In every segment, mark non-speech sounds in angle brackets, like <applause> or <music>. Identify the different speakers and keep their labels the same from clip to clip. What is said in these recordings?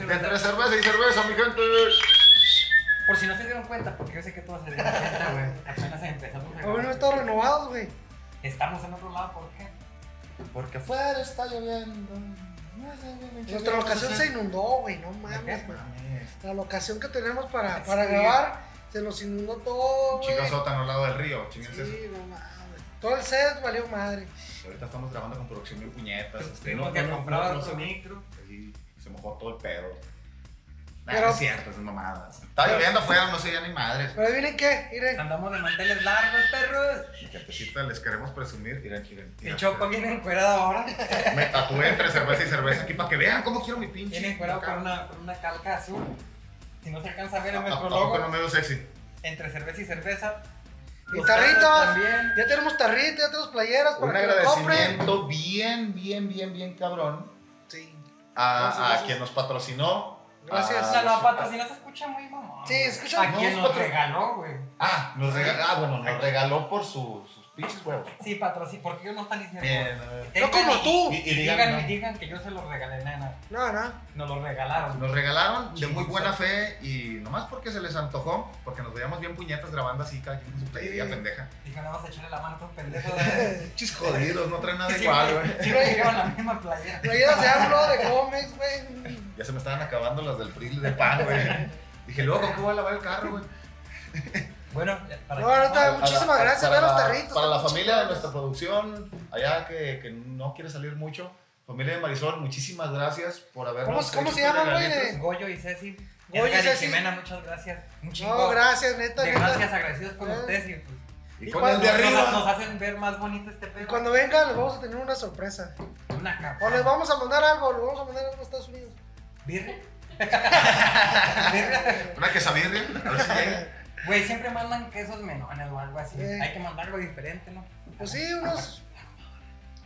Speaker 1: entre cerveza y cerveza, mi gente.
Speaker 2: Por si no se dieron cuenta, porque yo sé que todos se dieron cuenta, güey. Apenas empezamos a
Speaker 3: Bueno, estamos renovados, güey.
Speaker 2: Estamos en otro lado, ¿por qué?
Speaker 1: Porque afuera está lloviendo.
Speaker 2: Pues
Speaker 3: Nuestra locación se inundó, güey. No mames, güey. La locación que tenemos para, para
Speaker 2: Ah, Sí.
Speaker 3: grabar se nos inundó todo, güey.
Speaker 1: Chico sótano al lado del río, chingense eso.
Speaker 3: Sí, no mames. Todo el set valió madre.
Speaker 1: Ahorita estamos grabando con producción mil puñetas. Este,
Speaker 2: Tuvimos
Speaker 1: no,
Speaker 2: que
Speaker 1: no, no,
Speaker 2: comprar
Speaker 1: no, no,
Speaker 2: otro
Speaker 1: no,
Speaker 2: micro.
Speaker 1: sí, se mojó todo el pedo. Nah,
Speaker 3: Pero-
Speaker 1: no es cierto, es mamada. Estaba lloviendo afuera, no sé ya ni madres.
Speaker 3: Pero adivinen qué, miren.
Speaker 2: Andamos de manteles largos, perros.
Speaker 1: Mi gentecita, les queremos presumir. Miren, miren,
Speaker 2: El
Speaker 1: miren.
Speaker 2: Choco viene encuerado ahora.
Speaker 1: Me tatué entre cerveza y cerveza aquí para que vean cómo quiero mi pinche.
Speaker 2: Viene encuerado
Speaker 1: acá.
Speaker 2: con una, con una calca azul. Si no se alcanza a ver
Speaker 3: Ah,
Speaker 2: en
Speaker 1: Tamp-
Speaker 2: nuestro
Speaker 1: Tampoco no
Speaker 2: logo,
Speaker 1: me veo sexy.
Speaker 2: entre cerveza y cerveza.
Speaker 3: Y
Speaker 2: Los
Speaker 3: tarritos.
Speaker 2: perros También.
Speaker 3: Ya tenemos tarritas, ya tenemos playeras
Speaker 1: Un
Speaker 3: para que lo compren.
Speaker 1: agradecimiento bien, bien, bien, bien cabrón
Speaker 3: Sí.
Speaker 1: a,
Speaker 3: Gracias,
Speaker 1: a
Speaker 3: gracias.
Speaker 1: Ah, quien nos patrocinó.
Speaker 3: Gracias.
Speaker 1: a-
Speaker 2: O sea, Ah, no, patrocina se escucha muy mamón.
Speaker 3: Sí,
Speaker 2: güey.
Speaker 3: escucha-
Speaker 2: A
Speaker 1: no,
Speaker 2: quien
Speaker 1: es
Speaker 2: nos
Speaker 1: patro-
Speaker 2: regaló, güey.
Speaker 1: Ah, nos regaló, ah, bueno, nos regaló por su- sus pinches huevos.
Speaker 2: Sí, patrocina. Porque ellos no están diciendo.
Speaker 1: Bien, a ver.
Speaker 3: No como tú.
Speaker 1: Y, Uh, y digan,
Speaker 2: Digan,
Speaker 1: ¿no?
Speaker 2: digan que yo se los regalé, nena.
Speaker 3: No, no. <laughs>
Speaker 2: Nos los regalaron.
Speaker 1: Nos regalaron de muy buena fe y nomás porque se les antojó, porque nos veíamos bien puñetas grabando así, cada quien con su playería
Speaker 3: Sí.
Speaker 1: pendeja.
Speaker 2: Dijeron, vamos a echarle la mano a estos
Speaker 3: <laughs>
Speaker 2: pendejos. de-
Speaker 1: Pinches jodidos, no traen nada
Speaker 2: <laughs> Sí,
Speaker 1: igual, güey.
Speaker 2: Sí, me llevan la misma playera.
Speaker 3: Playeras de AMLO, de cómics, güey.
Speaker 1: Ya se me estaban acabando las del PRI y de pan, <laughs> güey. Dije, luego, ¿cómo voy a lavar el carro, güey?
Speaker 2: Bueno, para
Speaker 3: No,
Speaker 2: que-
Speaker 3: ahorita- Muchísimas
Speaker 1: Para-
Speaker 3: gracias,
Speaker 1: para
Speaker 3: vean los
Speaker 1: la-
Speaker 3: tarritos,
Speaker 1: Para la
Speaker 3: están
Speaker 1: familia de
Speaker 3: chingones.
Speaker 1: nuestra producción, allá que, que no quiere salir mucho. Familia de Marisol, muchísimas gracias por habernos
Speaker 3: ¿Cómo- cómo
Speaker 1: hecho este
Speaker 3: se
Speaker 1: estos
Speaker 3: llaman, güey?
Speaker 1: regalitos.
Speaker 2: Goyo y Ceci.
Speaker 3: Goyo y
Speaker 2: Edgar y
Speaker 3: Ceci.
Speaker 2: Jimena, muchas gracias. Un chingo.
Speaker 3: No, gracias, neta,
Speaker 2: de
Speaker 3: neta.
Speaker 2: gracias, agradecidos con
Speaker 3: Eh.
Speaker 2: ustedes. Y, pues,
Speaker 1: Y
Speaker 3: ¿Y
Speaker 1: con
Speaker 3: cuál-
Speaker 1: el de
Speaker 2: nos- Nos,
Speaker 1: arriba.
Speaker 2: hacen ver más bonito este
Speaker 3: Y
Speaker 2: pedo.
Speaker 3: Cuando vengan les vamos a tener una sorpresa.
Speaker 2: Una capa.
Speaker 3: O les vamos a mandar algo, les vamos a mandar algo a Estados Unidos.
Speaker 2: Birria.
Speaker 3: <laughs>
Speaker 2: Birria.
Speaker 3: Pues
Speaker 1: Una quesadilla, a ver si llega.
Speaker 2: Güey, siempre mandan quesos menones o algo así.
Speaker 3: Eh.
Speaker 2: Hay que mandar algo diferente, ¿no?
Speaker 3: Pues sí, unos.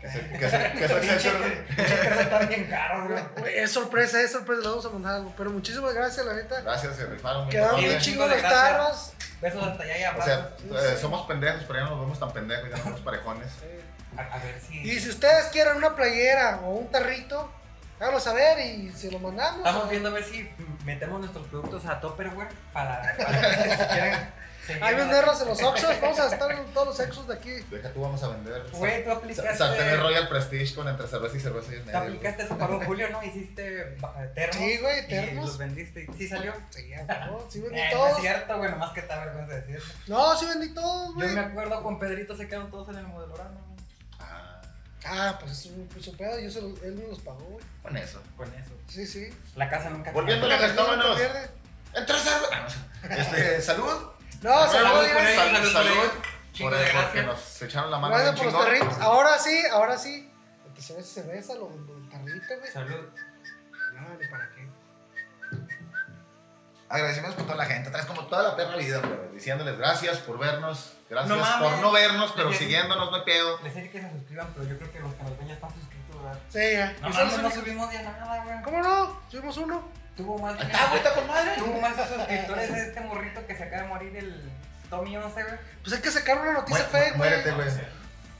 Speaker 1: Que se- que se- que se- que se-
Speaker 2: Están bien caros, güey.
Speaker 3: Güey, es sorpresa, es sorpresa, les vamos a mandar algo. Pero muchísimas gracias, la neta.
Speaker 1: Gracias, se rifaron. mi
Speaker 3: Quedaron
Speaker 1: compadre.
Speaker 3: bien
Speaker 2: chingo
Speaker 3: chingos
Speaker 2: de
Speaker 3: los
Speaker 2: gracias.
Speaker 3: tarros.
Speaker 2: Besos hasta allá y
Speaker 1: O sea,
Speaker 2: abrazos.
Speaker 1: eh, somos pendejos, pero ya no nos vemos tan pendejos, ya no somos parejones.
Speaker 2: A, a ver si.
Speaker 3: Y si ustedes quieren una playera o un tarrito, háganlo saber y se lo mandamos.
Speaker 2: Estamos viendo a ver si metemos nuestros productos a Topperware para, para que si quieren seguir-
Speaker 3: Hay venderlos en los Oxxos, vamos a estar en todos los Oxxos de aquí.
Speaker 1: Deja tú, vamos a vender.
Speaker 2: Güey, tú
Speaker 1: sa-
Speaker 2: aplicaste.
Speaker 1: Sartenes Royal Prestige con entre cerveza y cerveza y en
Speaker 2: Te
Speaker 1: medio,
Speaker 2: aplicaste eso para un Julio, ¿no? Hiciste ba- termos.
Speaker 3: Sí, güey,
Speaker 2: Y
Speaker 3: termos.
Speaker 2: los vendiste. y- ¿Sí salió?
Speaker 3: Sí,
Speaker 2: <laughs>
Speaker 3: a huevo, sí vendí
Speaker 2: Eh, no es
Speaker 3: todos.
Speaker 2: cierto, güey, nomás que te avergüenza decirlo.
Speaker 3: No, sí vendí todos,
Speaker 2: Yo
Speaker 3: güey.
Speaker 2: me acuerdo con Pedrito se quedaron todos en el modelorama. güey.
Speaker 1: güey. Ah,
Speaker 3: Ah, pues es un su pedo, yo se lo- él me los pagó, güey.
Speaker 1: con eso.
Speaker 2: Con eso.
Speaker 3: Sí, sí.
Speaker 2: La casa nunca
Speaker 1: Volviendo a
Speaker 2: cambió.
Speaker 1: la-
Speaker 3: No,
Speaker 1: Gastómenos.
Speaker 3: no pierde.
Speaker 1: Entre cerveza. Ah, no sé. Este, salud.
Speaker 3: No,
Speaker 1: Salud,
Speaker 3: saludos,
Speaker 2: por
Speaker 3: güey.
Speaker 2: ahí.
Speaker 1: salud,
Speaker 2: Salud,
Speaker 1: salud.
Speaker 2: Chingo
Speaker 1: Por
Speaker 2: de
Speaker 1: porque
Speaker 2: gracias.
Speaker 1: nos echaron la mano.
Speaker 3: Gracias
Speaker 1: bien
Speaker 3: por los
Speaker 1: chingón.
Speaker 3: tarritos. Ahora sí, ahora sí. Pues Te cerveza, cerveza, lo el tarrito, güey.
Speaker 2: Salud.
Speaker 3: No, ni para qué.
Speaker 1: Agradecemos con toda la gente, atrás como toda la perra vida, güey, diciéndoles gracias por vernos, gracias
Speaker 2: No mames.
Speaker 1: por no vernos, pero
Speaker 2: Sí.
Speaker 1: siguiéndonos, no hay pedo.
Speaker 2: Les dije que se suscriban, pero yo creo que los que nos ven ya están suscritos, ¿verdad?
Speaker 3: Sí, ya.
Speaker 2: No,
Speaker 3: Y
Speaker 2: mames,
Speaker 3: solo
Speaker 2: no
Speaker 3: subimos-
Speaker 2: subimos ya nada, güey.
Speaker 3: ¿Cómo no? Subimos uno.
Speaker 2: Tuvo más.
Speaker 1: Está, güey, está con madre.
Speaker 2: Tuvo más suscriptores de este morrito que se acaba de morir el Tommy 11, güey.
Speaker 3: Pues hay que sacar una noticia
Speaker 1: Mué-
Speaker 3: fake, güey.
Speaker 1: Muérete, güey.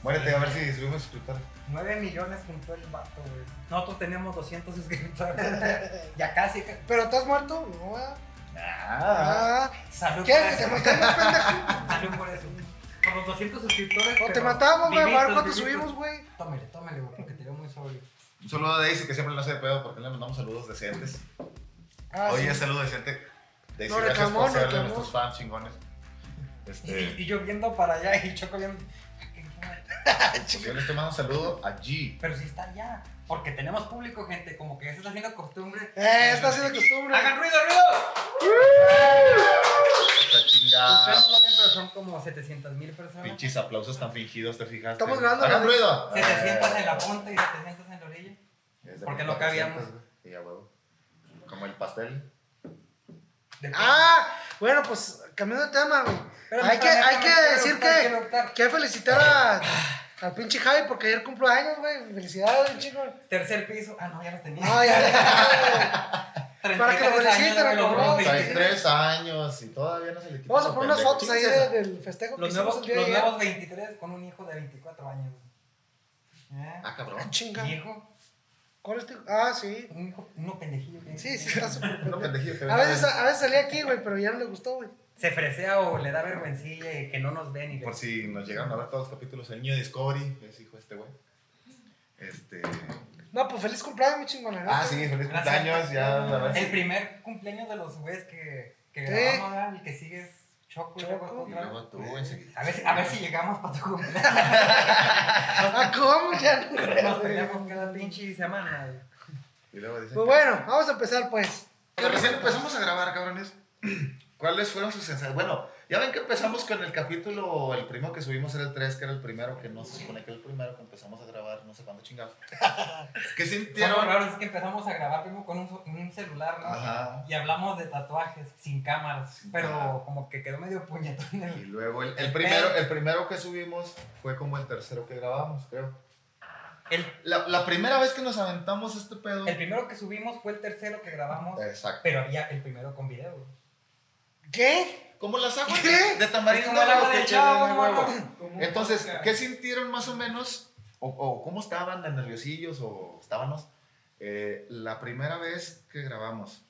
Speaker 1: Muérete, a ver si subimos suscriptores.
Speaker 2: 9 millones juntó el vato, güey. Nosotros tenemos 200 suscriptores. <laughs> ya casi. ca-
Speaker 3: <laughs> ¿Pero estás muerto? No, güey.
Speaker 1: Ah,
Speaker 3: Ah.
Speaker 2: Salud
Speaker 3: ¿Quieres
Speaker 2: por
Speaker 3: que te
Speaker 2: eso.
Speaker 3: matemos, pendejo?
Speaker 2: Salud por eso. Por los 200 suscriptores.
Speaker 3: O te
Speaker 2: pero
Speaker 3: matamos, güey. A ver
Speaker 2: vivitos,
Speaker 3: cuánto
Speaker 2: vivitos.
Speaker 3: subimos, güey.
Speaker 2: Tómele, tómele, güey, porque te veo muy sobrio.
Speaker 1: Un saludo a Daisy que siempre lo hace de pedo porque le mandamos saludos decentes.
Speaker 3: Ah,
Speaker 1: Oye,
Speaker 3: sí.
Speaker 1: saludo decente. Daisy,
Speaker 3: No
Speaker 1: gracias
Speaker 3: reclamó,
Speaker 1: por
Speaker 3: no
Speaker 1: serle a
Speaker 3: reclamó.
Speaker 1: nuestros fans chingones.
Speaker 2: Y,
Speaker 3: <laughs>
Speaker 1: Este,
Speaker 2: y yo viendo para allá y Choco viendo.
Speaker 1: pues yo le estoy mandando un saludo a G.
Speaker 2: Pero sí está allá. Porque tenemos público, gente. Como que ya se está haciendo costumbre.
Speaker 3: Eh, está haciendo costumbre.
Speaker 2: ¡Hagan ruido, ruido!
Speaker 1: Esta
Speaker 2: Ustedes
Speaker 1: chingada.
Speaker 2: no lo ven, pero son como 700 mil personas.
Speaker 1: Pinches aplausos tan fingidos, ¿te fijaste?
Speaker 3: Estamos grabando,
Speaker 1: ¡Hagan
Speaker 3: güey.
Speaker 1: ruido! Eh,
Speaker 2: 700 en la punta y 700 en la orilla.
Speaker 1: Es de
Speaker 2: Porque no
Speaker 1: 1400,
Speaker 2: cabíamos.
Speaker 1: güey. Y a huevo. Como el pastel.
Speaker 2: De-
Speaker 3: Ah, bueno, pues cambiando de tema, güey.
Speaker 2: Pero
Speaker 3: Hay
Speaker 2: mi
Speaker 3: que,
Speaker 2: planeta
Speaker 3: hay
Speaker 2: no
Speaker 3: que
Speaker 2: quiere
Speaker 3: decir
Speaker 2: optar,
Speaker 3: que,
Speaker 2: quiere optar.
Speaker 3: que felicitar a, al pinche Javi porque ayer cumplió años, güey. Felicidades, chico.
Speaker 2: Tercer piso. Ah, no, ya los tenía. <laughs>
Speaker 3: No, ya, ya, Para que
Speaker 2: 33
Speaker 3: lo feliciten,
Speaker 2: años,
Speaker 3: lo
Speaker 2: güey,
Speaker 3: cobró.
Speaker 2: los 23.
Speaker 1: 33 años y todavía no se le quita.
Speaker 3: Vamos a
Speaker 1: lo
Speaker 3: poner unas
Speaker 1: pendejo.
Speaker 3: fotos ahí
Speaker 1: Pinches-
Speaker 3: de- del festejo que
Speaker 2: Los
Speaker 3: hicimos
Speaker 2: nuevos,
Speaker 3: el
Speaker 2: los
Speaker 3: día de ayer.
Speaker 2: nuevos 23 con un hijo de 24 años. güey. ¿Eh?
Speaker 1: Ah, cabrón.
Speaker 3: Chinga.
Speaker 2: Mi hijo.
Speaker 3: ¿Cuál es tu.? Ah, sí.
Speaker 2: Un hijo- uno pendejillo. que-
Speaker 3: Sí, sí, está súper.
Speaker 1: <laughs> No,
Speaker 3: pendejo.
Speaker 1: pendejillo que
Speaker 3: A
Speaker 1: venga
Speaker 3: veces,
Speaker 1: a ver.
Speaker 3: a veces salía aquí, güey, pero ya no le gustó, güey.
Speaker 2: Se fresea o le da vergüencilla y que no nos ven y le...
Speaker 1: Por si nos llegaron a ver todos los capítulos, el niño Discovery, es hijo de este güey. Este.
Speaker 3: No, pues feliz cumpleaños, mi chingona. ¿no?
Speaker 1: Ah, sí, feliz cumpleaños, ya la verdad.
Speaker 2: El primer cumpleaños de los güeyes que, que
Speaker 3: Sí.
Speaker 2: grabamos, ¿verdad? el que sigues choco, y luego
Speaker 3: Choco.
Speaker 2: tú,
Speaker 1: Y
Speaker 2: otra vez.
Speaker 1: luego tú, enseguida.
Speaker 2: A ver, si- a ver si llegamos para tu cumpleaños.
Speaker 3: <laughs> Ah, ¿cómo? Ya no
Speaker 2: Nos
Speaker 3: creo, güey.
Speaker 2: peleamos cada pinche semana. güey.
Speaker 1: Y luego dicen.
Speaker 3: Pues
Speaker 1: que-
Speaker 3: bueno, vamos a empezar, pues.
Speaker 1: Cuando recién empezamos a grabar, cabrones, <clears throat> ¿cuáles fueron sus sensaciones? Bueno, ya ven que empezamos con el capítulo, el primero que subimos era el 3, que era el primero, que no se supone que era el primero que empezamos a grabar, no sé cuándo chingados. <laughs> ¿Qué
Speaker 2: Lo
Speaker 1: sintieron?
Speaker 2: raro es que empezamos a grabar primero con un, so- un celular, ¿no?
Speaker 1: Ajá.
Speaker 2: Y hablamos de tatuajes sin cámaras,
Speaker 1: Sin
Speaker 2: pero
Speaker 1: cámara.
Speaker 2: como que quedó medio puñetón.
Speaker 1: Y
Speaker 2: el-
Speaker 1: luego el, el primero, el primero que subimos fue como el tercero que grabamos, creo.
Speaker 2: El,
Speaker 1: La, la primera vez que nos aventamos este pedo.
Speaker 2: el primero que subimos fue el tercero que grabamos,
Speaker 1: Exacto.
Speaker 2: pero había el primero con video. güey.
Speaker 3: ¿Qué?
Speaker 1: Como las aguas
Speaker 3: ¿Qué?
Speaker 1: de- de
Speaker 2: Es
Speaker 1: tamarindo.
Speaker 2: como el agua
Speaker 1: lo que
Speaker 2: del
Speaker 1: queda
Speaker 2: chavo,
Speaker 1: de
Speaker 2: ¿no?
Speaker 1: huevo.
Speaker 2: Como-
Speaker 1: Entonces, ¿qué sintieron más o menos? ¿O, o cómo estaban de nerviosillos o estábamos eh, la primera vez que grabamos?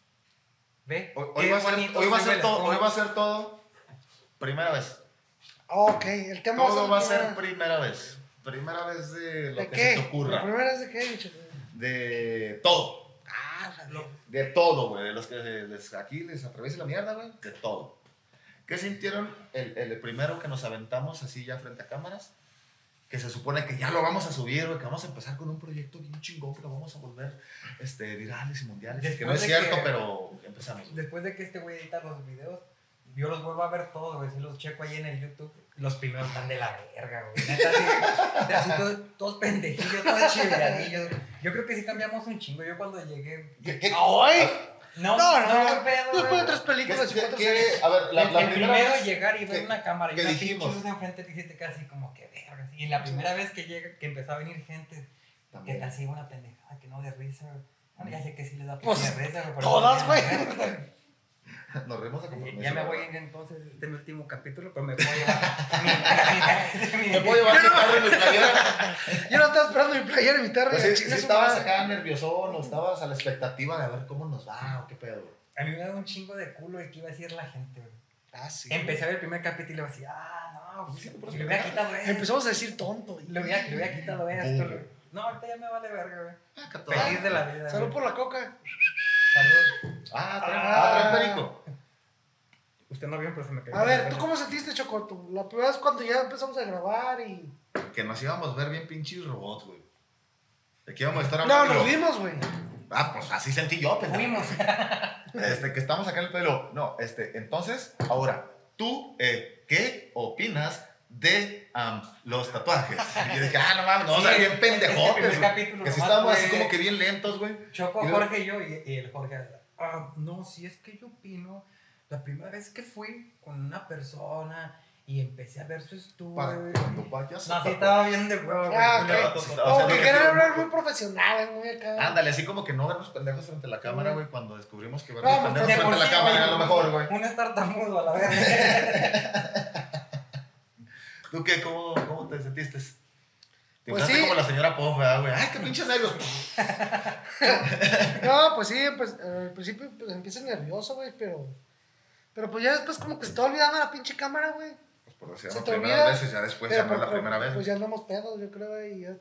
Speaker 2: Ve,
Speaker 1: Hoy,
Speaker 2: qué
Speaker 1: hoy va, a ser,
Speaker 2: bonito
Speaker 1: hoy va a
Speaker 2: se
Speaker 1: ser
Speaker 2: ve
Speaker 1: todo,
Speaker 2: la
Speaker 1: hoy va a ser todo primera vez.
Speaker 3: Ok, el tema
Speaker 1: Todo va a
Speaker 3: la
Speaker 1: ser
Speaker 3: primera-
Speaker 1: primera vez. Primera vez de lo
Speaker 3: ¿De
Speaker 1: que
Speaker 3: qué?
Speaker 1: se te
Speaker 3: ¿La
Speaker 1: ocurra.
Speaker 3: primera es de qué, bicho?
Speaker 1: De todo.
Speaker 3: Ah, la
Speaker 2: Lo-
Speaker 1: De todo, güey. De los que se- les- aquí les atraviesa la mierda, güey. De todo. ¿Qué sintieron el, el primero que nos aventamos así ya frente a cámaras? Que se supone que ya lo vamos a subir, güey, que vamos a empezar con un proyecto bien chingón, que lo vamos a volver este, virales y mundiales. que no
Speaker 2: Después
Speaker 1: es
Speaker 2: de
Speaker 1: cierto,
Speaker 2: que-
Speaker 1: pero empezamos. güey.
Speaker 2: Después de que este güey edita los videos, yo los vuelvo a ver todos, güey. Si los checo ahí en el YouTube, los primeros están de la verga, güey. Neta, así, así todos, todos pendejillos, todos chiviadillos. Yo creo que sí cambiamos un chingo. Yo cuando llegué.
Speaker 1: ¿Qué- qué-
Speaker 3: ¡Ay!
Speaker 2: No,
Speaker 3: No, no,
Speaker 2: qué pedo, güey.
Speaker 3: Después de tres películas y
Speaker 1: ¿Qué-
Speaker 3: cuatro
Speaker 1: qué-
Speaker 3: series.
Speaker 1: a ver, la,
Speaker 2: el,
Speaker 1: la
Speaker 2: el
Speaker 1: primera
Speaker 2: primero
Speaker 1: vez-
Speaker 2: llegar y ver
Speaker 1: que-
Speaker 2: una cámara y
Speaker 1: que
Speaker 2: una
Speaker 1: dijimos.
Speaker 2: pinche luz enfrente te siente casi como que verga. Y la primera vez que llega, que empezó a venir gente, que
Speaker 1: También.
Speaker 2: casi una pendejada, que no de risa, güey. Bueno, ya sé que sí les da
Speaker 3: Pues,
Speaker 2: pinche risa, güey, pero-
Speaker 3: Todas, güey.
Speaker 1: Nos reímos de compromiso.
Speaker 2: Ya me voy
Speaker 1: ¿verdad?
Speaker 2: entonces, este es mi último capítulo, pero me puedo llevar.
Speaker 1: <laughs>
Speaker 2: mi- mi- <laughs>
Speaker 1: Me puedo <laughs> llevar mi carro en mi playera.
Speaker 3: <laughs> Yo no estaba esperando mi player mi tarde.
Speaker 1: Pues sí, sí estabas acá nerviosón o estabas a la expectativa de a ver cómo nos va o qué pedo.
Speaker 2: A mí me da un chingo de culo el que iba a decir la gente, güey.
Speaker 3: Ah, sí.
Speaker 2: Empecé a ver el primer capítulo y iba a decir, ah, no, pues,
Speaker 1: Sí,
Speaker 2: le
Speaker 1: por
Speaker 2: hubiera
Speaker 1: supuesto.
Speaker 2: quitado esto.
Speaker 3: Empezamos a decir tonto.
Speaker 2: Le hubiera, le hubiera quitado esto.
Speaker 1: Sí.
Speaker 2: güey. No, ahorita ya me vale verga, güey.
Speaker 1: Ah, que todo-
Speaker 2: Feliz de la vida.
Speaker 3: Salud
Speaker 2: güey.
Speaker 3: por la coca.
Speaker 2: Salud.
Speaker 1: Ah, trae,
Speaker 3: Ah.
Speaker 1: ah, trae perico.
Speaker 2: Usted no vio, pero se me cayó.
Speaker 3: A ver, ¿tú cómo sentiste, Chocoto? La primera vez cuando ya empezamos a grabar y.
Speaker 1: Que nos íbamos a ver bien pinches robots, güey. De que íbamos a estar
Speaker 3: No,
Speaker 1: hablando.
Speaker 3: nos vimos, güey.
Speaker 1: Ah, pues así sentí yo, pendejo.
Speaker 2: Fuimos.
Speaker 1: Este, que estamos acá en el pelo. No, este, entonces, ahora, ¿tú eh, qué opinas de am, los tatuajes? Y yo dije, ah, no mames, no, o sea,
Speaker 2: Sí, <laughs>
Speaker 1: bien
Speaker 2: este
Speaker 1: pendejotes.
Speaker 2: primer
Speaker 1: güey.
Speaker 2: capítulo
Speaker 1: Que si
Speaker 2: nomás
Speaker 1: estábamos
Speaker 2: fue-
Speaker 1: así como que bien lentos, güey.
Speaker 2: Choco,
Speaker 1: Y luego-
Speaker 2: Jorge y yo, y, y el Jorge, ah, no, si es que yo opino, la primera vez que fui con una persona y empecé a ver su estudio.
Speaker 1: Para cuando vayas. a
Speaker 2: No, sí,
Speaker 1: tatuar.
Speaker 2: estaba bien de huevo. güey.
Speaker 3: Ah,
Speaker 2: Culero,
Speaker 1: ok.
Speaker 2: todo, todo.
Speaker 1: O sea,
Speaker 3: Como
Speaker 1: lo
Speaker 3: que
Speaker 1: que
Speaker 3: querían
Speaker 1: te-
Speaker 3: hablar muy profesionales, muy acá.
Speaker 1: Ándale, así como que no vernos pendejos frente a la cámara, güey, cuando descubrimos que vernos
Speaker 3: No, pues,
Speaker 1: pendejos
Speaker 2: de
Speaker 1: frente
Speaker 2: por
Speaker 1: a la
Speaker 2: sí,
Speaker 1: cámara era
Speaker 2: güey,
Speaker 1: lo mejor, güey.
Speaker 2: Un estartamudo a la
Speaker 1: <laughs>
Speaker 2: verga.
Speaker 1: ¿Tú qué? ¿Cómo, cómo te sentiste? Te
Speaker 3: Pues
Speaker 1: pues
Speaker 3: sí.
Speaker 1: como la señora Pop, ¿verdad, güey? Ay, qué pinches nervios.
Speaker 3: No, pues sí, pues, al principio pues, empiezas nervioso, güey, pero. Pero pues ya después como que se te va olvidando la pinche cámara, güey.
Speaker 1: Pues por
Speaker 3: Se
Speaker 1: decirlo,
Speaker 3: te
Speaker 1: primeras
Speaker 3: olvida,
Speaker 1: veces, ya después,
Speaker 3: Pero
Speaker 1: ya no es la
Speaker 3: por-
Speaker 1: primera vez.
Speaker 3: Pues ya andamos pedos, yo creo, güey. y ya-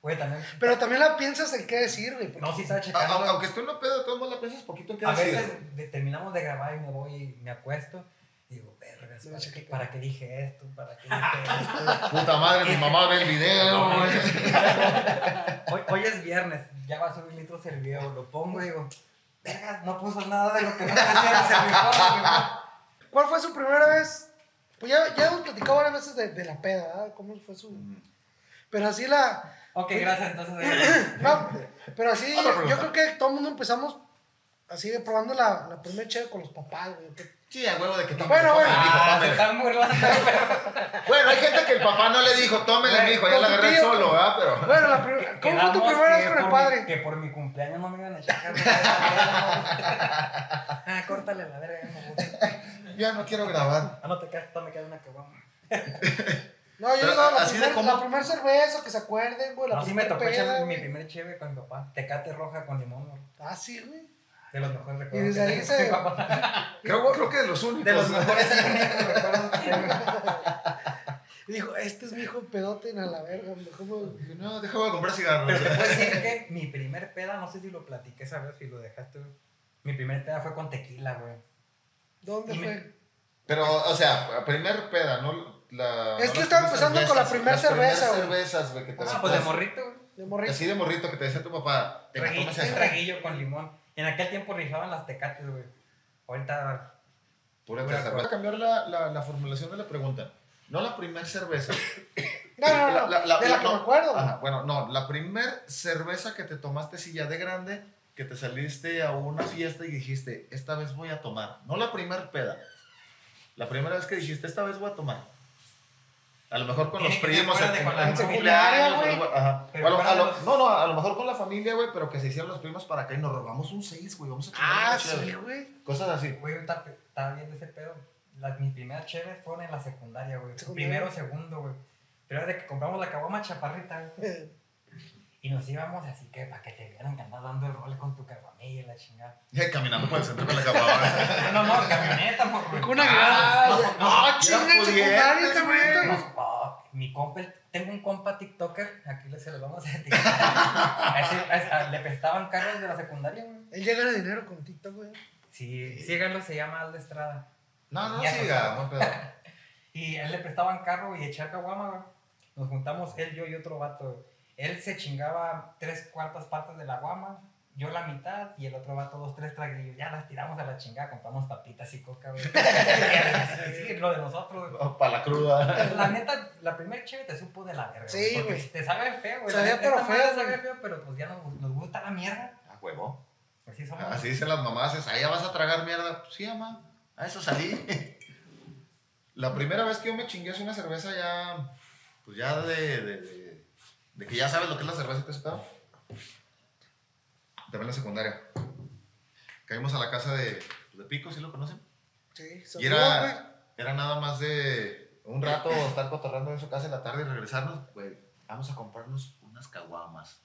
Speaker 2: Güey, también.
Speaker 3: Pero también la piensas en qué decir, güey. porque-
Speaker 2: No, sí estaba
Speaker 1: A-
Speaker 2: checando.
Speaker 1: a- Aunque esté una pedo, de todos modos la piensas poquito en qué
Speaker 2: a
Speaker 1: decir.
Speaker 2: veces de- terminamos de grabar y me voy y me acuesto. y Digo, vergas,
Speaker 3: No,
Speaker 2: ¿para
Speaker 3: chiquito.
Speaker 2: qué, ¿para qué dije esto? ¿Para qué
Speaker 1: <laughs>
Speaker 2: dije esto?
Speaker 1: Puta madre, mi mamá ve el video,
Speaker 2: No,
Speaker 1: güey.
Speaker 2: Hoy, hoy es viernes, ya va a subir litros el video, lo pongo y digo, vergas, no puso nada de lo que no tenía en el servidor.
Speaker 3: ¿Cuál fue su primera vez? Pues ya, ya hemos platicado varias veces de, de la peda, ¿verdad? ¿Cómo fue su...?
Speaker 1: Mm.
Speaker 3: Pero así la...
Speaker 2: Ok, gracias, entonces. eh,
Speaker 3: no, pero así,
Speaker 1: Otra
Speaker 3: yo
Speaker 1: pregunta.
Speaker 3: creo que todo el mundo empezamos así de probando la, la primera cheve con los papás, güey. que-
Speaker 1: Sí, a huevo de que
Speaker 3: Bueno,
Speaker 1: tómale,
Speaker 3: bueno.
Speaker 1: mi
Speaker 2: ah,
Speaker 1: papá
Speaker 2: se
Speaker 1: me-
Speaker 2: están burlando, pero
Speaker 1: Bueno, hay gente que el papá no le dijo, tómele,
Speaker 2: Güey,
Speaker 1: mijo, ya
Speaker 3: con
Speaker 1: la
Speaker 3: tu
Speaker 1: agarré
Speaker 3: tío.
Speaker 1: solo, ¿verdad? Pero...
Speaker 3: Bueno, la
Speaker 2: que-
Speaker 3: primera... ¿Cómo fue tu
Speaker 2: quedamos
Speaker 3: primera vez
Speaker 2: que
Speaker 3: con el
Speaker 2: por mi-
Speaker 3: padre?
Speaker 2: que por mi cumpleaños no me iban a echar. ah, córtale la verga. ya me voy.
Speaker 1: Ya no quiero grabar.
Speaker 2: Ah, no te quedas, me queda una caguama.
Speaker 3: No, yo
Speaker 1: Pero,
Speaker 3: digo, la
Speaker 1: así de
Speaker 3: primer-
Speaker 1: cómo-
Speaker 3: la primera cerveza, que se acuerden, güey. La
Speaker 2: Así me
Speaker 3: primer
Speaker 2: tocó
Speaker 3: peda,
Speaker 2: echarme mi
Speaker 3: güey.
Speaker 2: primer cheve con mi papá. Tecate roja con limón, güey.
Speaker 3: Ah, sí, güey.
Speaker 2: De los mejores
Speaker 3: Y
Speaker 2: recuerdos.
Speaker 3: desde
Speaker 2: que
Speaker 3: ahí
Speaker 2: tengo
Speaker 3: se...
Speaker 2: con <laughs> mi papá.
Speaker 1: Creo, creo que de los únicos.
Speaker 2: De los mejores recuerdos que tengo.
Speaker 3: y dijo, este es mi hijo pedote, a la verga. me dejó, güey.
Speaker 1: Dije, No, déjame comprar cigarros.
Speaker 2: Pero te puedo decir que mi primer peda, no sé si lo platiqué esa vez, si lo dejaste, güey. Mi primer peda fue con tequila, güey.
Speaker 3: ¿Dónde
Speaker 2: Y me-
Speaker 3: fue?
Speaker 1: Pero, o sea, primer peda, ¿no? La,
Speaker 3: Es que
Speaker 1: no las
Speaker 3: yo estaba
Speaker 1: primeras
Speaker 3: empezando con la
Speaker 1: cervezas,
Speaker 3: primer
Speaker 1: las
Speaker 3: cerveza,
Speaker 1: primeras
Speaker 3: güey.
Speaker 1: cervezas, güey, que te
Speaker 2: Ah,
Speaker 1: sentas-
Speaker 2: pues de morrito, güey.
Speaker 3: De morrito.
Speaker 1: Así de morrito que te decía tu papá. Te
Speaker 2: Traguillo,
Speaker 1: tomas
Speaker 2: un
Speaker 1: esa.
Speaker 2: traguillo con limón. En aquel tiempo rifaban las tecates, güey. Ahorita,
Speaker 1: Pura
Speaker 2: Pura
Speaker 1: cerveza.
Speaker 2: cosa.
Speaker 1: Voy a cambiar la, la, la formulación de la pregunta. No la primer cerveza.
Speaker 3: No, no, no.
Speaker 1: La- la-
Speaker 3: de la que
Speaker 1: no.
Speaker 3: me acuerdo. güey.
Speaker 1: Ajá, bueno, no, la primer cerveza que te tomaste si ya de grande, que te saliste a una fiesta y dijiste, esta vez voy a tomar. No la primer peda. La primera vez que dijiste, esta vez voy a tomar. A lo mejor con los
Speaker 2: Tiene que ser
Speaker 1: primos,
Speaker 2: fuera
Speaker 1: en,
Speaker 2: de
Speaker 1: en-
Speaker 2: con la
Speaker 1: en
Speaker 2: familia,
Speaker 1: cumpleaños,
Speaker 3: güey.
Speaker 1: algo- ajá.
Speaker 2: Pero
Speaker 1: O a lo-
Speaker 2: fuera
Speaker 1: a
Speaker 2: de
Speaker 1: lo-
Speaker 2: los-
Speaker 1: No, no, a lo mejor con la familia, güey, pero que se hicieron los primos para acá y nos robamos un 6, güey. Vamos a tomar
Speaker 3: Ah,
Speaker 1: una chévere.
Speaker 3: sí, güey.
Speaker 1: Cosas así.
Speaker 2: güey, ahorita pe- estaba viendo ese pedo. Las, mis primeras cheves fueron en la secundaria, güey.
Speaker 3: Secundaria.
Speaker 2: Primero, segundo, güey. Pero era de que compramos la caguama chaparrita, güey.
Speaker 3: Eh,
Speaker 2: Y nos íbamos así que para que te vieran que andas dando el rol con tu caguamilla y la chingada.
Speaker 1: Ya caminando por el centro con la caguama.
Speaker 2: No, no, camioneta, por güey.
Speaker 3: Con una
Speaker 1: Ah,
Speaker 3: gran.
Speaker 1: ya- ya
Speaker 3: Ah, chinga, en
Speaker 1: pudientes,
Speaker 3: secundaria
Speaker 1: güey.
Speaker 3: también. güey.
Speaker 2: Nos- oh, mi compa, el- tengo un compa TikToker, aquí le- se los vamos a <laughs> etiquetar. A ese- a ese- a- le prestaban carros de la secundaria, güey.
Speaker 3: <laughs> Él ya gana dinero con TikTok, güey.
Speaker 2: Sí, síganlo, se llama Aldo Estrada.
Speaker 1: No, no, no
Speaker 2: Ya
Speaker 1: siga, no hay pedo. <laughs>
Speaker 2: Y a él le prestaban carro y echar caguama, güey. Nos juntamos él, yo y otro vato. güey. Él se chingaba tres cuartas partes de la guama, yo la mitad y el otro vato dos, tres traguillos. Ya las tiramos a la chingada, compramos papitas y coca, güey. <laughs> sí, lo de nosotros, güey.
Speaker 1: Para la cruda.
Speaker 2: La neta, la primera chévere te supo de la verga.
Speaker 3: Sí,
Speaker 2: güey, porque
Speaker 3: güey.
Speaker 2: Te sabe feo, güey.
Speaker 3: Sabía,
Speaker 2: La neta,
Speaker 3: pero
Speaker 2: esta
Speaker 3: feo,
Speaker 2: madre
Speaker 3: güey.
Speaker 2: Sabe feo, pero pues ya nos, nos gusta la mierda.
Speaker 1: A huevo. Ah,
Speaker 2: Así somos.
Speaker 1: Así dicen las mamás, es, allá vas a tragar mierda. Pues sí, mamá, a eso salí. <laughs> La primera vez que yo me chingué así una cerveza ya, pues ya de, de, de, de que ya sabes lo que es la cerveza y todo ese pedo. También en la secundaria. Caímos a la casa de, de Pico, ¿sí lo conocen?
Speaker 3: Sí,
Speaker 1: Y
Speaker 3: saludos, güey.
Speaker 1: era, era nada más de un
Speaker 3: <clears throat>
Speaker 1: rato estar cotorrando en su casa en la tarde y regresarnos, güey, vamos a comprarnos unas caguamas.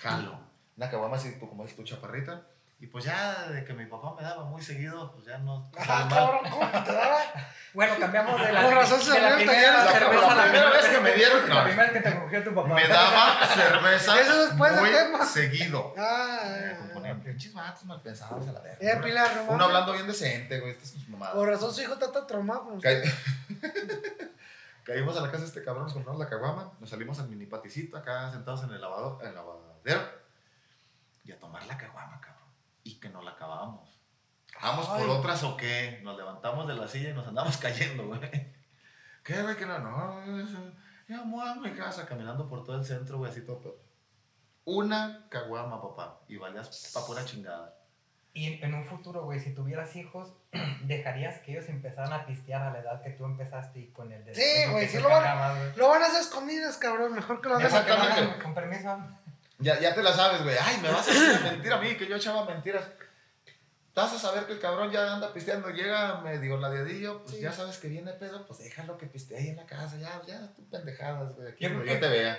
Speaker 1: Jalo. Una caguama así, tú, como dices tu chaparrita. Y pues ya de que mi papá me daba muy seguido, pues ya
Speaker 3: <laughs>
Speaker 1: no...
Speaker 3: Ah,
Speaker 1: mal.
Speaker 3: cabrón, ¿cómo
Speaker 1: <laughs>
Speaker 3: te daba?
Speaker 2: Bueno, cambiamos de la,
Speaker 3: Con razón se
Speaker 2: de
Speaker 3: abrió
Speaker 2: la
Speaker 3: el
Speaker 2: primera
Speaker 3: taller.
Speaker 2: cerveza
Speaker 1: La
Speaker 2: a
Speaker 1: primera
Speaker 2: primera
Speaker 1: vez que me dieron,
Speaker 2: La
Speaker 1: no.
Speaker 2: primera que te cogió tu papá.
Speaker 1: Me daba cerveza
Speaker 3: <laughs> Eso después del
Speaker 1: muy
Speaker 3: tema.
Speaker 1: seguido.
Speaker 3: Ah,
Speaker 1: Eh, Con poner pinches vatos mal pensados a la verga.
Speaker 3: eh, Pilar, no
Speaker 1: Uno
Speaker 3: mames.
Speaker 1: hablando bien decente, güey, estas sus mamadas.
Speaker 3: Por razón su hijo está tan traumado pues. con usted.
Speaker 1: Ca- <laughs> Caímos a la casa de este cabrón, nos compramos la caguama, nos salimos al mini paticito acá sentados en el lavado, en el lavadero y a tomar la caguama, cabrón. Y que no la acabábamos. ¿Vamos por
Speaker 3: Ay.
Speaker 1: otras o qué? Nos levantamos de la silla y nos andamos <laughs> cayendo, güey. ¿Qué, güey? Que no, no. eso- Ya me voy a mi casa caminando por todo el centro, güey, así todo. pe- Una caguama, papá, y valías pa' pura chingada.
Speaker 2: Y en un futuro, güey, si tuvieras hijos, <clears throat> dejarías que ellos empezaran a pistear a la edad que tú empezaste y con el de.
Speaker 3: Sí, güey, sí lo van- Lo van a hacer escondidas, cabrón. Mejor que lo hagas
Speaker 1: Exacto. Exactamente.
Speaker 2: Con permiso.
Speaker 1: Ya, ya te la sabes, güey. Ay, me vas a hacer <laughs> mentir a mí, que yo echaba mentiras. Te Vas a saber que el cabrón ya anda pisteando, llega medio ladeadillo, pues
Speaker 3: Sí.
Speaker 1: ya sabes que viene pedo, pues déjalo que pistee ahí en la casa, ya, ya, tú pendejadas, güey, aquí
Speaker 2: Yo
Speaker 1: donde
Speaker 2: creo
Speaker 1: yo
Speaker 2: que-
Speaker 1: te vea.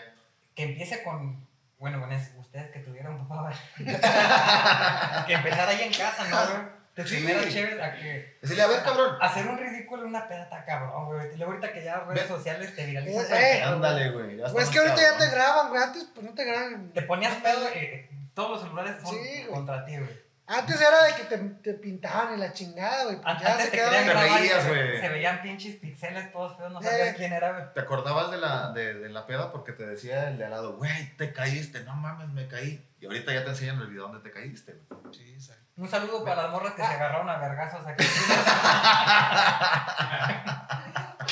Speaker 2: que empiece con. Bueno, bueno, es ustedes que tuvieron papá.
Speaker 3: <laughs>
Speaker 2: güey. que empezar ahí en casa, ¿no, güey? De
Speaker 1: Sí.
Speaker 2: primera chévere a que.
Speaker 1: Decirle, a ver, cabrón,
Speaker 2: Hacer un ridículo en una pedata, cabrón, güey. Y luego ahorita que ya redes
Speaker 1: Ve-
Speaker 2: sociales te viralizan.
Speaker 3: Eh,
Speaker 2: para
Speaker 3: eh.
Speaker 2: pedo,
Speaker 1: ándale, güey. ya
Speaker 3: Pues es
Speaker 1: estamos
Speaker 3: que ahorita ya te
Speaker 1: cabrón.
Speaker 3: graban, güey. Antes, pues no te graban.
Speaker 2: güey. Te ponías pedo, eh, todos los celulares son
Speaker 3: Sí, güey.
Speaker 2: contra ti, güey.
Speaker 3: Antes era de que te, te pintaban y la chingada, güey. pues
Speaker 2: Antes,
Speaker 3: Ya se
Speaker 2: te querían
Speaker 1: Te
Speaker 3: quedaron.
Speaker 2: grabar y
Speaker 1: reías,
Speaker 2: se,
Speaker 1: güey.
Speaker 2: se veían pinches pixeles todos feos, no
Speaker 3: Eh.
Speaker 2: sabías quién era, güey.
Speaker 1: ¿Te acordabas de la, de, de la peda porque te decía el de al lado, güey, te caíste, no mames, me caí? Y ahorita ya te enseñan el video donde te caíste, güey.
Speaker 3: Sí, exacto.
Speaker 2: Un saludo para las morras que
Speaker 3: Ah.
Speaker 2: se agarraron a vergazos
Speaker 3: <laughs>
Speaker 2: aquí.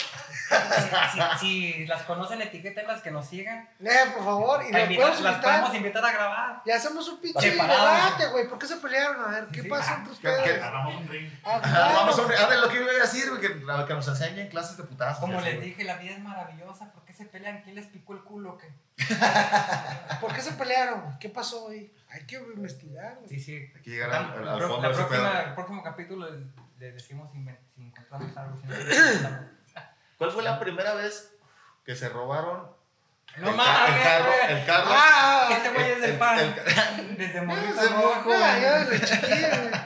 Speaker 2: si, si- si las conocen, etiquétenlas que nos sigan.
Speaker 3: Eh, por favor, y
Speaker 2: A
Speaker 3: nos
Speaker 2: invitar-
Speaker 3: podemos
Speaker 2: las
Speaker 3: invitar.
Speaker 2: podemos invitar a grabar.
Speaker 3: Ya hacemos un pinche
Speaker 2: Separados.
Speaker 3: debate, güey. ¿Por qué se pelearon? A ver, ¿qué
Speaker 2: Sí,
Speaker 3: pasa
Speaker 2: ah,
Speaker 3: entre
Speaker 1: ¿qué-
Speaker 3: ustedes?
Speaker 1: qué-
Speaker 4: Agarramos un ring.
Speaker 3: Ah, claro.
Speaker 1: Vamos a un- a ver, lo que iba a decir, güey, que, que nos enseñen clases de putadas.
Speaker 2: Como
Speaker 1: así,
Speaker 2: les
Speaker 1: güey.
Speaker 2: dije, la vida es maravillosa. ¿Por qué se pelean? ¿Quién les picó el culo? o ¿Qué?
Speaker 3: ¿Por qué se pelearon? ¿Qué pasó hoy? Hay que investigar, güey.
Speaker 2: Sí, sí.
Speaker 1: Hay que llegar al, al- al
Speaker 2: Pro-
Speaker 1: fondo
Speaker 2: la
Speaker 1: de ese pedo.
Speaker 2: próxima- el próximo capítulo
Speaker 1: <clears throat>
Speaker 2: les, les decimos si inven- si encontramos algo. si no, si no encontramos.
Speaker 1: ¿Cuál fue la primera vez que se robaron
Speaker 2: No
Speaker 1: el, ca- el
Speaker 2: mames,
Speaker 1: carro,
Speaker 2: güey.
Speaker 1: el carro.
Speaker 3: Ah,
Speaker 2: Este güey es del
Speaker 1: el-
Speaker 2: pan.
Speaker 1: el ca- <laughs>
Speaker 2: Desde
Speaker 1: Desde
Speaker 2: morrito,
Speaker 1: muy
Speaker 2: rojo.
Speaker 1: joven.
Speaker 3: Ah, yo desde chiquillo, güey.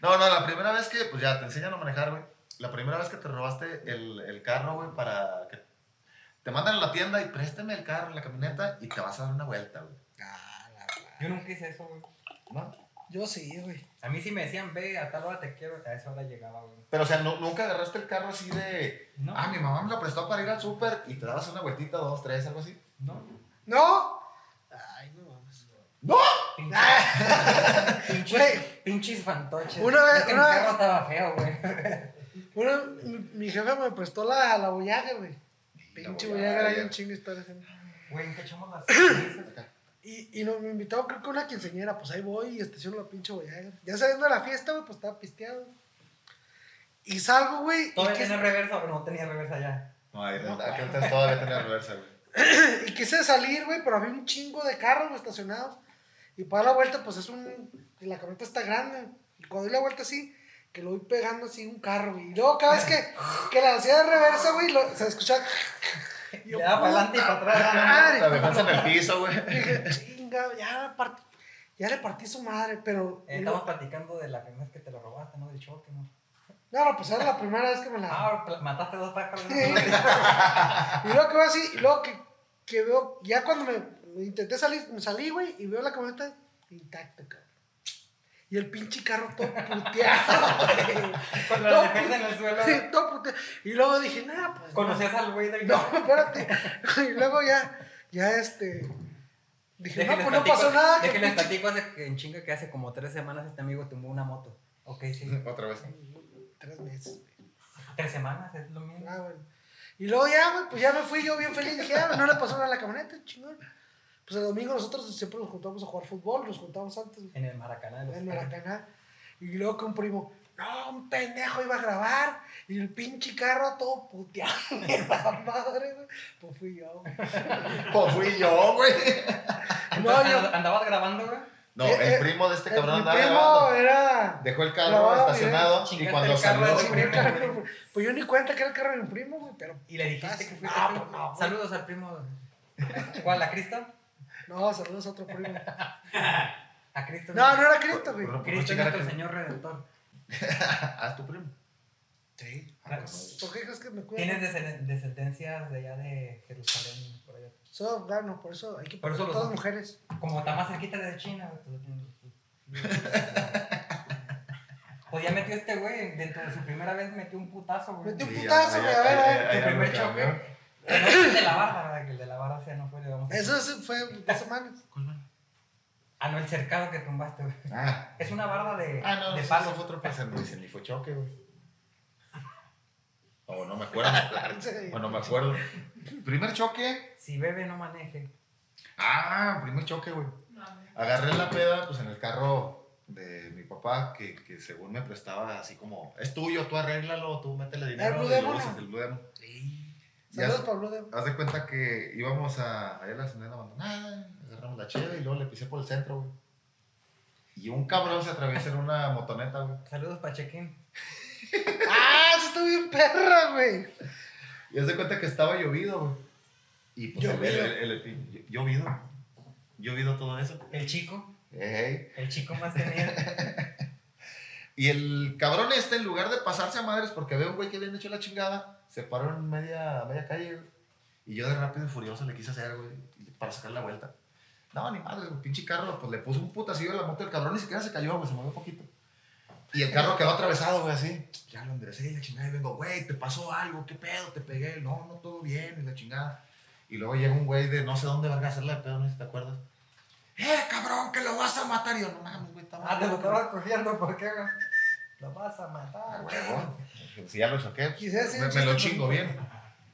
Speaker 1: No, no, la primera vez que, pues ya, te enseñan a manejar, güey. La primera vez que te robaste el, el carro, güey, para que te mandan a la tienda y préstame el carro, la camioneta, y te vas a dar una vuelta, güey.
Speaker 3: Ah, la madre.
Speaker 2: Yo nunca hice eso, güey.
Speaker 1: ¿No?
Speaker 3: Yo sí, güey.
Speaker 2: A mí sí me decían, ve, a tal hora te quiero, a esa hora llegaba, güey.
Speaker 1: Pero, o sea, no- nunca agarraste el carro así de,
Speaker 2: No,
Speaker 1: ah, mi mamá me lo prestó para ir al súper, y te dabas una vueltita, dos, tres, algo así.
Speaker 2: no.
Speaker 1: <laughs>
Speaker 3: ¿No? Ay, no mames.
Speaker 2: Pinche-
Speaker 3: Ah,
Speaker 2: Pinches, pinches fantoches.
Speaker 3: Una vez-
Speaker 2: Es que
Speaker 3: una
Speaker 2: mi
Speaker 3: vez-
Speaker 2: carro estaba feo,
Speaker 1: <clears throat>
Speaker 2: güey.
Speaker 3: bueno, mi, mi jefe me prestó la, la boyaga, güey. Pinche boyaga era bien chingo estar haciendo.
Speaker 2: Güey, ¿qué echamos las <clears throat> camisas?
Speaker 3: Y, y nos me invitó, creo que una quinceañera, pues ahí voy y estaciono la pinche boyaga. Ya saliendo de la fiesta, güey, pues estaba pisteado. Y salgo, güey. Y,
Speaker 2: Todavía
Speaker 3: que-
Speaker 2: tenía reversa, pero no tenía reversa ya.
Speaker 1: No, ahí, aquel entonces todavía tenía reversa, güey.
Speaker 3: y quise salir, güey, pero había un chingo de carros, güey, estacionados. Y para dar la vuelta, pues es un. La camioneta está grande. Y cuando doy la vuelta así, que lo voy pegando así un carro, güey. Y luego cada vez que, que la hacía de reversa, güey, lo-
Speaker 2: <laughs>
Speaker 3: se escuchaba. Y yo,
Speaker 2: Le daba para adelante y para atrás.
Speaker 3: Madre.
Speaker 1: La defensa en el piso, güey. <laughs>
Speaker 3: Dije, chinga, ya, part- ya le partí su madre, pero.
Speaker 2: Eh, Estamos platicando de la primera vez que te lo robaste, ¿no? Del choque, ¿no?
Speaker 3: No, no, pues era la primera vez que me la.
Speaker 2: Ah, pla- mataste dos pájaros.
Speaker 3: Sí. Y luego que va así, y luego que, que veo, ya cuando me, me intenté salir, me salí, güey, y veo la camioneta intacta, cabrón. Y el pinche carro todo puteado, <laughs> güey.
Speaker 2: <laughs> Con la defensa en el suelo.
Speaker 3: Sí, todo puteado. Y luego dije, nah, pues.
Speaker 2: Conocías al güey del.
Speaker 3: No, no, <laughs> espérate. Y luego ya, ya este. Dije,
Speaker 2: Déjenles
Speaker 3: no, pues no
Speaker 2: platico-
Speaker 3: pasó nada. que
Speaker 2: Déjenles
Speaker 3: pinche-
Speaker 2: platico hace que en chinga que hace como tres semanas este amigo tumbó una moto. Ok, sí.
Speaker 1: Otra vez.
Speaker 3: Tres meses.
Speaker 2: Tres semanas es lo mismo.
Speaker 3: Ah, bueno. Y luego ya, güey, pues ya me fui yo bien feliz. Dije, ah, no le pasó nada a la camioneta, chingón. Pues el domingo nosotros siempre nos juntamos a jugar fútbol, nos juntamos antes, güey,
Speaker 2: En el Maracaná. de los
Speaker 3: Ah.
Speaker 1: Este.
Speaker 3: en
Speaker 2: perros.
Speaker 3: Maracaná. Y luego que un primo, no, un pendejo iba a grabar. Y el pinche carro todo puteado, <laughs> de la madre, güey. Pues fui yo, güey.
Speaker 1: Pues fui yo, güey.
Speaker 3: No,
Speaker 2: Entonces,
Speaker 3: yo.
Speaker 2: and- ¿Andabas grabando, güey?
Speaker 1: No,
Speaker 3: Eh, eh,
Speaker 1: el primo de ah, este cabrón
Speaker 3: Mi
Speaker 1: andaba
Speaker 3: primo eh.
Speaker 1: grabando.
Speaker 3: era.
Speaker 1: Dejó el carro
Speaker 3: Grababa video.
Speaker 1: estacionado y
Speaker 2: Chingaste
Speaker 1: cuando
Speaker 2: el carro
Speaker 1: salió.
Speaker 2: de su
Speaker 3: Sí, el
Speaker 2: primo.
Speaker 1: <laughs>
Speaker 3: carro- Pues yo ni cuenta que era el carro de mi primo, güey, pero
Speaker 2: Y le dijiste que fuiste.
Speaker 3: Ah,
Speaker 2: primo.
Speaker 3: pues no, güey.
Speaker 2: Saludos al primo. ¿Cuál? ¿A Cristo?
Speaker 3: no, saludos a otro
Speaker 1: <laughs>
Speaker 3: primo.
Speaker 2: A Cristo.
Speaker 3: No, no era Cristo, güey.
Speaker 1: Por- por-
Speaker 2: Cristo es
Speaker 1: chingar a
Speaker 2: nuestro
Speaker 1: Cristo.
Speaker 2: Señor Redentor.
Speaker 1: Haz tu primo.
Speaker 3: Sí.
Speaker 1: Ah,
Speaker 3: ¿Por qué crees que me cuido?
Speaker 2: pues, Tienes descend- descendencias de allá de Jerusalén, por allá.
Speaker 3: Soy afgano, por eso hay que
Speaker 2: Por eso
Speaker 3: poner
Speaker 2: los-
Speaker 3: todas mujeres.
Speaker 2: Como está más cerquita de China, güey, pues, pues ya metió este güey, dentro de su primera vez metió un putazo, güey.
Speaker 3: Metió
Speaker 2: Tu
Speaker 3: un putazo,
Speaker 1: ahí-
Speaker 3: güey, a
Speaker 1: ahí-
Speaker 3: ver, a ver.
Speaker 1: ahí- ahí
Speaker 2: primer
Speaker 1: algo
Speaker 2: choque.
Speaker 1: cambió.
Speaker 2: Que no fue el de la barra, ¿verdad? Que el de la barra, o sea, no fue, le vamos a
Speaker 3: Eso sí fue dos semanas.
Speaker 2: Ah, no, el cercado que tumbaste, güey.
Speaker 1: Ah,
Speaker 2: Es una barda de,
Speaker 1: ah no,
Speaker 2: de
Speaker 1: eso
Speaker 2: palo.
Speaker 1: fue otro pase. Me dicen, ni fue choque, güey. O no me
Speaker 3: <laughs>
Speaker 1: acuerdo. o no me acuerdo. Primer choque.
Speaker 2: Si bebe, no maneje.
Speaker 1: Ah, primer choque, güey. Agarré la peda, pues en el carro de mi papá, que, que según me prestaba así como, es tuyo, tú arréglalo, tú métele dinero.
Speaker 3: Blue
Speaker 1: y lo
Speaker 3: Demon,
Speaker 1: usas,
Speaker 3: ¿no?
Speaker 1: el Blue Demon. Ya
Speaker 3: Saludos,
Speaker 1: sé.
Speaker 3: Pablo. De...
Speaker 1: Haz de cuenta que íbamos a, allá a la señal abandonada, agarramos la cheve y luego le pisé por el centro, güey. Y un cabrón se atraviesa en una motoneta, güey.
Speaker 2: Saludos, Pachequín.
Speaker 3: ¡Ah! Eso estuvo bien perra, güey.
Speaker 1: Y haz de cuenta que estaba llovido, güey. Y pues el, el,
Speaker 3: Llovido.
Speaker 1: el- el- el- llovido. Llovido todo eso.
Speaker 2: El chico.
Speaker 1: Ey.
Speaker 2: El chico más tenido.
Speaker 1: Y el cabrón este, en lugar de pasarse a madres porque ve a un güey que habían hecho la chingada, se paró en media, media calle, güey. Y yo de rápido y furioso le quise hacer, güey, para sacar la vuelta. No, ni madre, güey, pinche carro, pues le puso un putacillo a la moto, el cabrón ni siquiera se cayó, güey, se movió poquito. Y el carro quedó atravesado, güey, así. Ya lo enderecé y la chingada, y vengo, güey, te pasó algo, qué pedo, te pegué, no, no, todo bien, y la chingada. Y luego llega un güey de no sé dónde verga hacerle de pedo, no sé si te acuerdas. ¡Eh, cabrón, que lo vas a matar! Y yo, no mames, güey, está
Speaker 2: <laughs> Ah, te lo
Speaker 1: loco,
Speaker 2: estaba cogiendo, ¿por qué, güey? Lo vas a matar,
Speaker 1: Ah,
Speaker 2: güey.
Speaker 1: huevo. Si ya lo choqué, pues,
Speaker 3: Quizás sí,
Speaker 1: me,
Speaker 3: sí,
Speaker 1: me lo
Speaker 3: sí.
Speaker 1: chingo bien.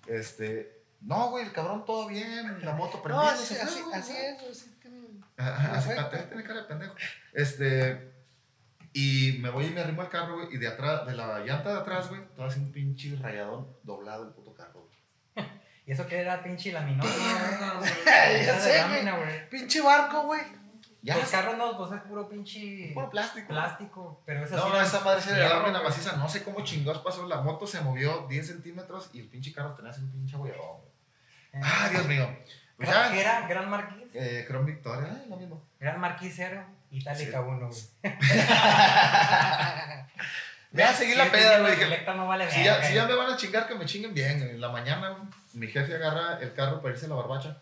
Speaker 1: Este, no, güey, el cabrón todo bien, la moto
Speaker 3: No,
Speaker 1: prendida.
Speaker 3: así,
Speaker 1: se fue,
Speaker 3: así,
Speaker 1: güey.
Speaker 3: así es. Así tiene...
Speaker 1: Ajá,
Speaker 3: Así
Speaker 1: así
Speaker 3: fue.
Speaker 1: está, tiene cara de pendejo. Este, y me voy y me arrimo al carro, güey, y de atrás, de la llanta de atrás, güey, todo así un pinche rayadón doblado el puto carro. güey.
Speaker 2: Y eso que era pinche laminona, güey.
Speaker 3: Ya
Speaker 2: Era
Speaker 3: sé,
Speaker 2: de lámina, güey.
Speaker 3: Pinche barco, güey.
Speaker 1: Ya,
Speaker 2: Los carros no, pues es puro pinche
Speaker 1: puro plástico.
Speaker 2: plástico. Pero esa
Speaker 1: No,
Speaker 2: sí
Speaker 1: no,
Speaker 2: era-
Speaker 1: esa madre se le
Speaker 2: fierro,
Speaker 1: agarró una
Speaker 2: güey.
Speaker 1: maciza. No sé cómo chingados pasó. La moto se movió 10 centímetros y el pinche carro tenía así un pinche huevón. Ah, Dios mío. Pues
Speaker 2: Gran- ¿Qué
Speaker 1: ya,
Speaker 2: era? Gran Marquis.
Speaker 1: eh, Chrome Victoria, eh, lo mismo.
Speaker 2: Gran Marquis 0, Itálica 1, güey.
Speaker 1: Me va a seguir la
Speaker 2: Yo
Speaker 1: peda,
Speaker 2: te digo,
Speaker 1: güey.
Speaker 2: el
Speaker 1: dije,
Speaker 2: Selecta no vale
Speaker 1: Si ya,
Speaker 2: verga,
Speaker 1: si ya
Speaker 2: güey.
Speaker 1: me van a chingar, que me chinguen bien. En la mañana güey, mi jefe agarra el carro para irse a la barbacha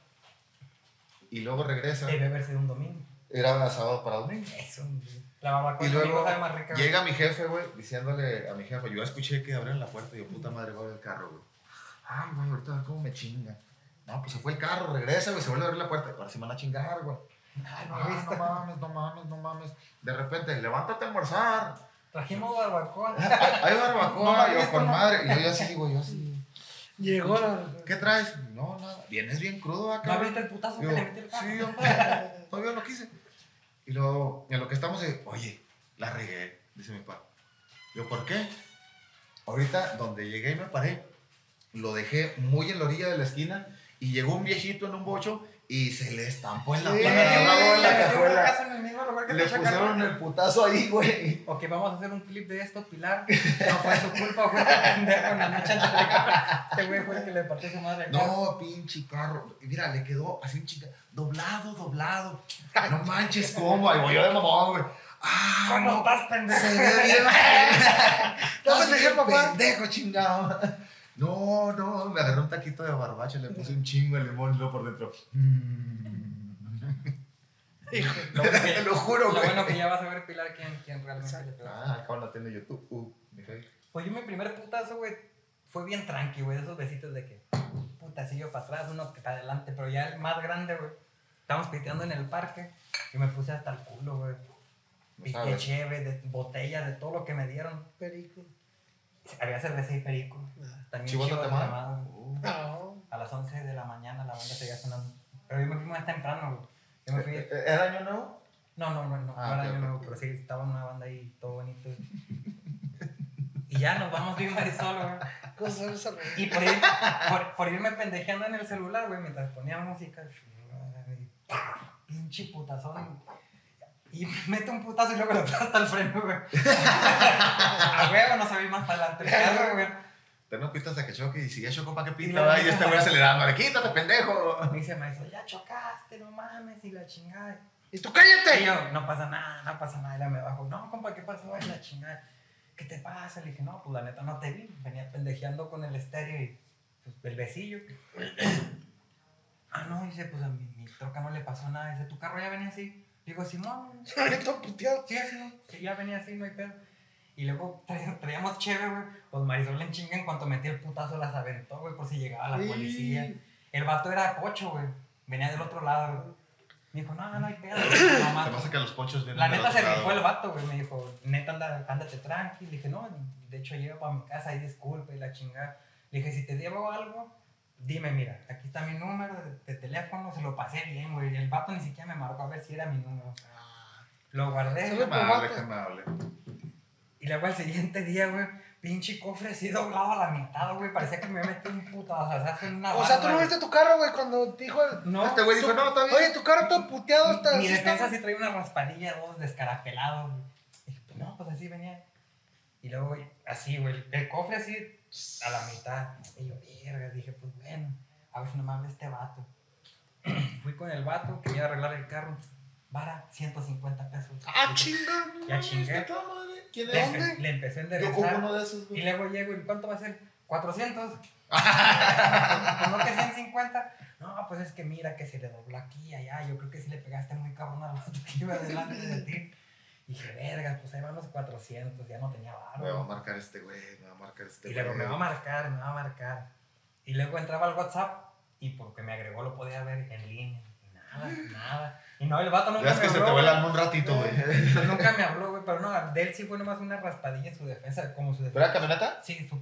Speaker 1: y luego regresa.
Speaker 2: Debe haber sido un domingo.
Speaker 1: Era sábado para domingo.
Speaker 2: Eso, güey. La barbacoa
Speaker 1: Y
Speaker 2: de domingo
Speaker 1: luego
Speaker 2: sabe más rica. güey.
Speaker 1: llega mi jefe, güey, diciéndole a mi jefe, yo escuché que abrían la puerta y yo, puta madre, voy el carro, güey. Ay, güey, ahorita a ver cómo me chinga. No, pues se fue el carro, regresa, güey, se vuelve a abrir la puerta. Ahora sí me van a chingar, güey. Ay, no,
Speaker 2: güey,
Speaker 1: no mames, no mames, no mames. De repente, levántate
Speaker 2: <laughs>
Speaker 1: a almorzar.
Speaker 2: Trajimos barbacoa.
Speaker 1: Ah, Hay barbacoa,
Speaker 2: No,
Speaker 1: yo
Speaker 2: esto
Speaker 1: con
Speaker 2: no.
Speaker 1: madre. Y yo, yo así, güey, yo así.
Speaker 3: Llegó la. <laughs>
Speaker 1: ¿Qué traes? No, nada. Vienes bien crudo
Speaker 2: ¿No
Speaker 1: acá.
Speaker 2: viste el putazo
Speaker 1: Yo,
Speaker 2: que le metí el carro?
Speaker 1: sí, yo todavía lo quise. Y luego, en lo que estamos, eh, oye, la regué, dice mi papá. Yo, ¿por qué? Ahorita, donde llegué y me paré, lo dejé muy en la orilla de la esquina y llegó un viejito en un bocho y se le estampó en la
Speaker 3: Sí.
Speaker 1: pierna,
Speaker 2: Le
Speaker 1: le
Speaker 2: metió
Speaker 1: clavó en Ah, la
Speaker 2: un
Speaker 1: cajuela.
Speaker 2: putazo en el mismo lugar que
Speaker 1: Le
Speaker 2: te echa
Speaker 1: pusieron
Speaker 2: carro.
Speaker 1: el putazo ahí, güey.
Speaker 2: Ok, vamos a hacer un clip de esto, Pilar. No fue su culpa, fue el pendejo en la noche antes de que- Este güey fue el que le partió su madre.
Speaker 1: No, pinche carro. Y Mira, le quedó así un chica, doblado, doblado. No manches, ¿cómo? Ahí voy yo de mamón, güey. Ah,
Speaker 2: ¿Cómo
Speaker 1: no,
Speaker 2: estás, pendejo?
Speaker 1: Se ve
Speaker 2: <laughs>
Speaker 1: bien.
Speaker 3: No,
Speaker 1: no
Speaker 3: pues,
Speaker 1: se
Speaker 3: dejé, papá.
Speaker 1: Pendejo, chingado. No, no, me agarré un taquito de barbacha, le puse un chingo de limón y luego por dentro. mm.
Speaker 3: Hijo.
Speaker 1: <laughs>
Speaker 2: Lo bueno que-
Speaker 1: Lo juro,
Speaker 2: Lo
Speaker 1: güey.
Speaker 2: bueno que ya vas a ver, Pilar, quién, quién realmente le pegó.
Speaker 1: Ah, acabo la tienda de YouTube. Uh, mi rey.
Speaker 2: Pues yo mi primer putazo, güey, fue bien tranqui, güey, de esos besitos de que putacillo para atrás, uno que para adelante, pero ya el más grande, güey. Estábamos piteando en el parque y me puse hasta el culo, güey.
Speaker 1: No
Speaker 2: Piqué
Speaker 1: sabes.
Speaker 2: cheve, de botellas, de todo lo que me dieron.
Speaker 3: Perico.
Speaker 2: Había cerveza y perico. También
Speaker 1: Chivo
Speaker 2: chivo
Speaker 1: Tatamá.
Speaker 2: tatamado, güey.
Speaker 1: Uh.
Speaker 3: No.
Speaker 2: A las 11 de la mañana la banda seguía sonando. Pero yo me fui más temprano, güey. Yo me fui.
Speaker 1: ¿Era año nuevo?
Speaker 2: No, no, no, no.
Speaker 1: Eh, Ah,
Speaker 2: no era
Speaker 1: ok,
Speaker 2: yo
Speaker 1: ok,
Speaker 2: nuevo,
Speaker 1: ok.
Speaker 2: pero sí estaba una banda ahí, todo bonito. y ya nos vamos bien Marisol, güey.
Speaker 3: Cosas de esa manera.
Speaker 2: Y por, ir- por, por irme pendejeando en el celular, güey, mientras ponía música. y Pinche putazón. Y mete un putazo y luego lo trae hasta el freno, güey. A huevo no sabía más para adelante el carro, güey.
Speaker 1: Tengo pita hasta que choque y si ya chocó, ¿para qué
Speaker 2: Y
Speaker 1: pinta?
Speaker 2: la
Speaker 1: va?
Speaker 2: neta,
Speaker 1: Y este güey
Speaker 2: la-
Speaker 1: acelerándole. ¡Quítate, pendejo!
Speaker 2: Me dice, me dice, ya chocaste, no mames, y la chingada.
Speaker 3: Y tú
Speaker 2: Y
Speaker 3: cállate.
Speaker 2: yo, no pasa nada, no pasa nada. Y la me bajo, no, compa, ¿qué pasó? Ay, la chingada. ¿Qué te pasa? Le dije, no, pues la neta no te vi. Venía pendejeando con el estéreo y pues, el besillo. <clears throat> ah, no, dice, pues a mi, mi troca no le pasó nada. Dice, ¿tu carro ya venía así? Digo, Simón,
Speaker 3: Todo puteado.
Speaker 2: sí, así, no, sí, ya venía así, no hay pedo. Y luego tra- traíamos chévere, güey. Pues Marisol en chinga en cuanto metí el putazo las aventó, güey, por si llegaba la
Speaker 3: Y-
Speaker 2: policía. El vato era cocho, güey. Venía del otro lado, güey. Me dijo, no, no hay pedo. güey, Pues, no
Speaker 1: Se me
Speaker 2: mames".
Speaker 1: hace que los pochos vienen
Speaker 2: La
Speaker 1: del
Speaker 2: neta
Speaker 1: otro
Speaker 2: se me
Speaker 1: lado.
Speaker 2: fue el vato, güey. Me dijo, neta, anda, ándate tranqui. Le dije, no, de hecho, llevo para mi casa y disculpe, y la chingada. Le dije, si te debo algo, dime, mira, aquí está mi número de, de teléfono. Se lo pasé bien, güey. El vato ni siquiera me marcó a ver si era mi número. Lo guardé.
Speaker 3: Se
Speaker 1: Qué
Speaker 3: lo-
Speaker 1: amable, qué amable.
Speaker 2: Y luego al siguiente día, güey, pinche cofre así doblado a la mitad, güey. Parecía que me metí un putazo en una
Speaker 3: O sea, tú
Speaker 2: barra,
Speaker 3: no
Speaker 2: güey.
Speaker 3: viste tu carro, güey, cuando dijo el.
Speaker 2: No,
Speaker 1: Este güey dijo, no, está bien.
Speaker 3: Oye, tu carro todo puteado está.
Speaker 2: Mi
Speaker 3: así está-
Speaker 2: defensa sí traía una raspadilla, dos descarapelados. güey. Dije, pues no, pues así venía. Y luego, güey, así, güey, el cofre así a la mitad. Y yo, verga, dije, pues bueno, a ver si no me habla este vato. <clears throat> Fui con el vato que me iba a arreglar el carro. Vara, 150 pesos.
Speaker 3: Ah,
Speaker 2: Dije,
Speaker 3: chinga.
Speaker 2: Ya chingué.
Speaker 1: Está madre. ¿Quién
Speaker 2: le,
Speaker 1: es?
Speaker 2: empe- le empecé a
Speaker 1: Yo ocupo uno
Speaker 2: enderezar.
Speaker 1: de esos,
Speaker 2: Y
Speaker 1: güey.
Speaker 2: luego llego, ¿y cuánto va a ser?
Speaker 1: <laughs>
Speaker 2: 400. Pues no que 150. No, pues es que mira que se le dobló aquí y allá. Yo creo que sí le pegaste muy cabrón al vato que iba delante de ti. Y dije, verga, pues ahí van los 400. Ya no tenía
Speaker 1: Me va a
Speaker 2: barro.
Speaker 1: marcar este güey, me va a marcar este
Speaker 2: Y
Speaker 1: güey.
Speaker 2: luego me va a marcar, me va a marcar. Y luego entraba al WhatsApp y porque me agregó lo podía ver en línea. Y Nada, nada. Y no, el vato nunca
Speaker 1: Ya es
Speaker 2: me
Speaker 1: que se te
Speaker 2: habló,
Speaker 1: va el
Speaker 2: güey.
Speaker 1: alma un ratito, güey.
Speaker 2: Pues Nunca me habló, güey. Pero no, de él sí fue nomás una raspadilla en su defensa, como su defensa.
Speaker 1: ¿Era camioneta?
Speaker 2: Sí, su,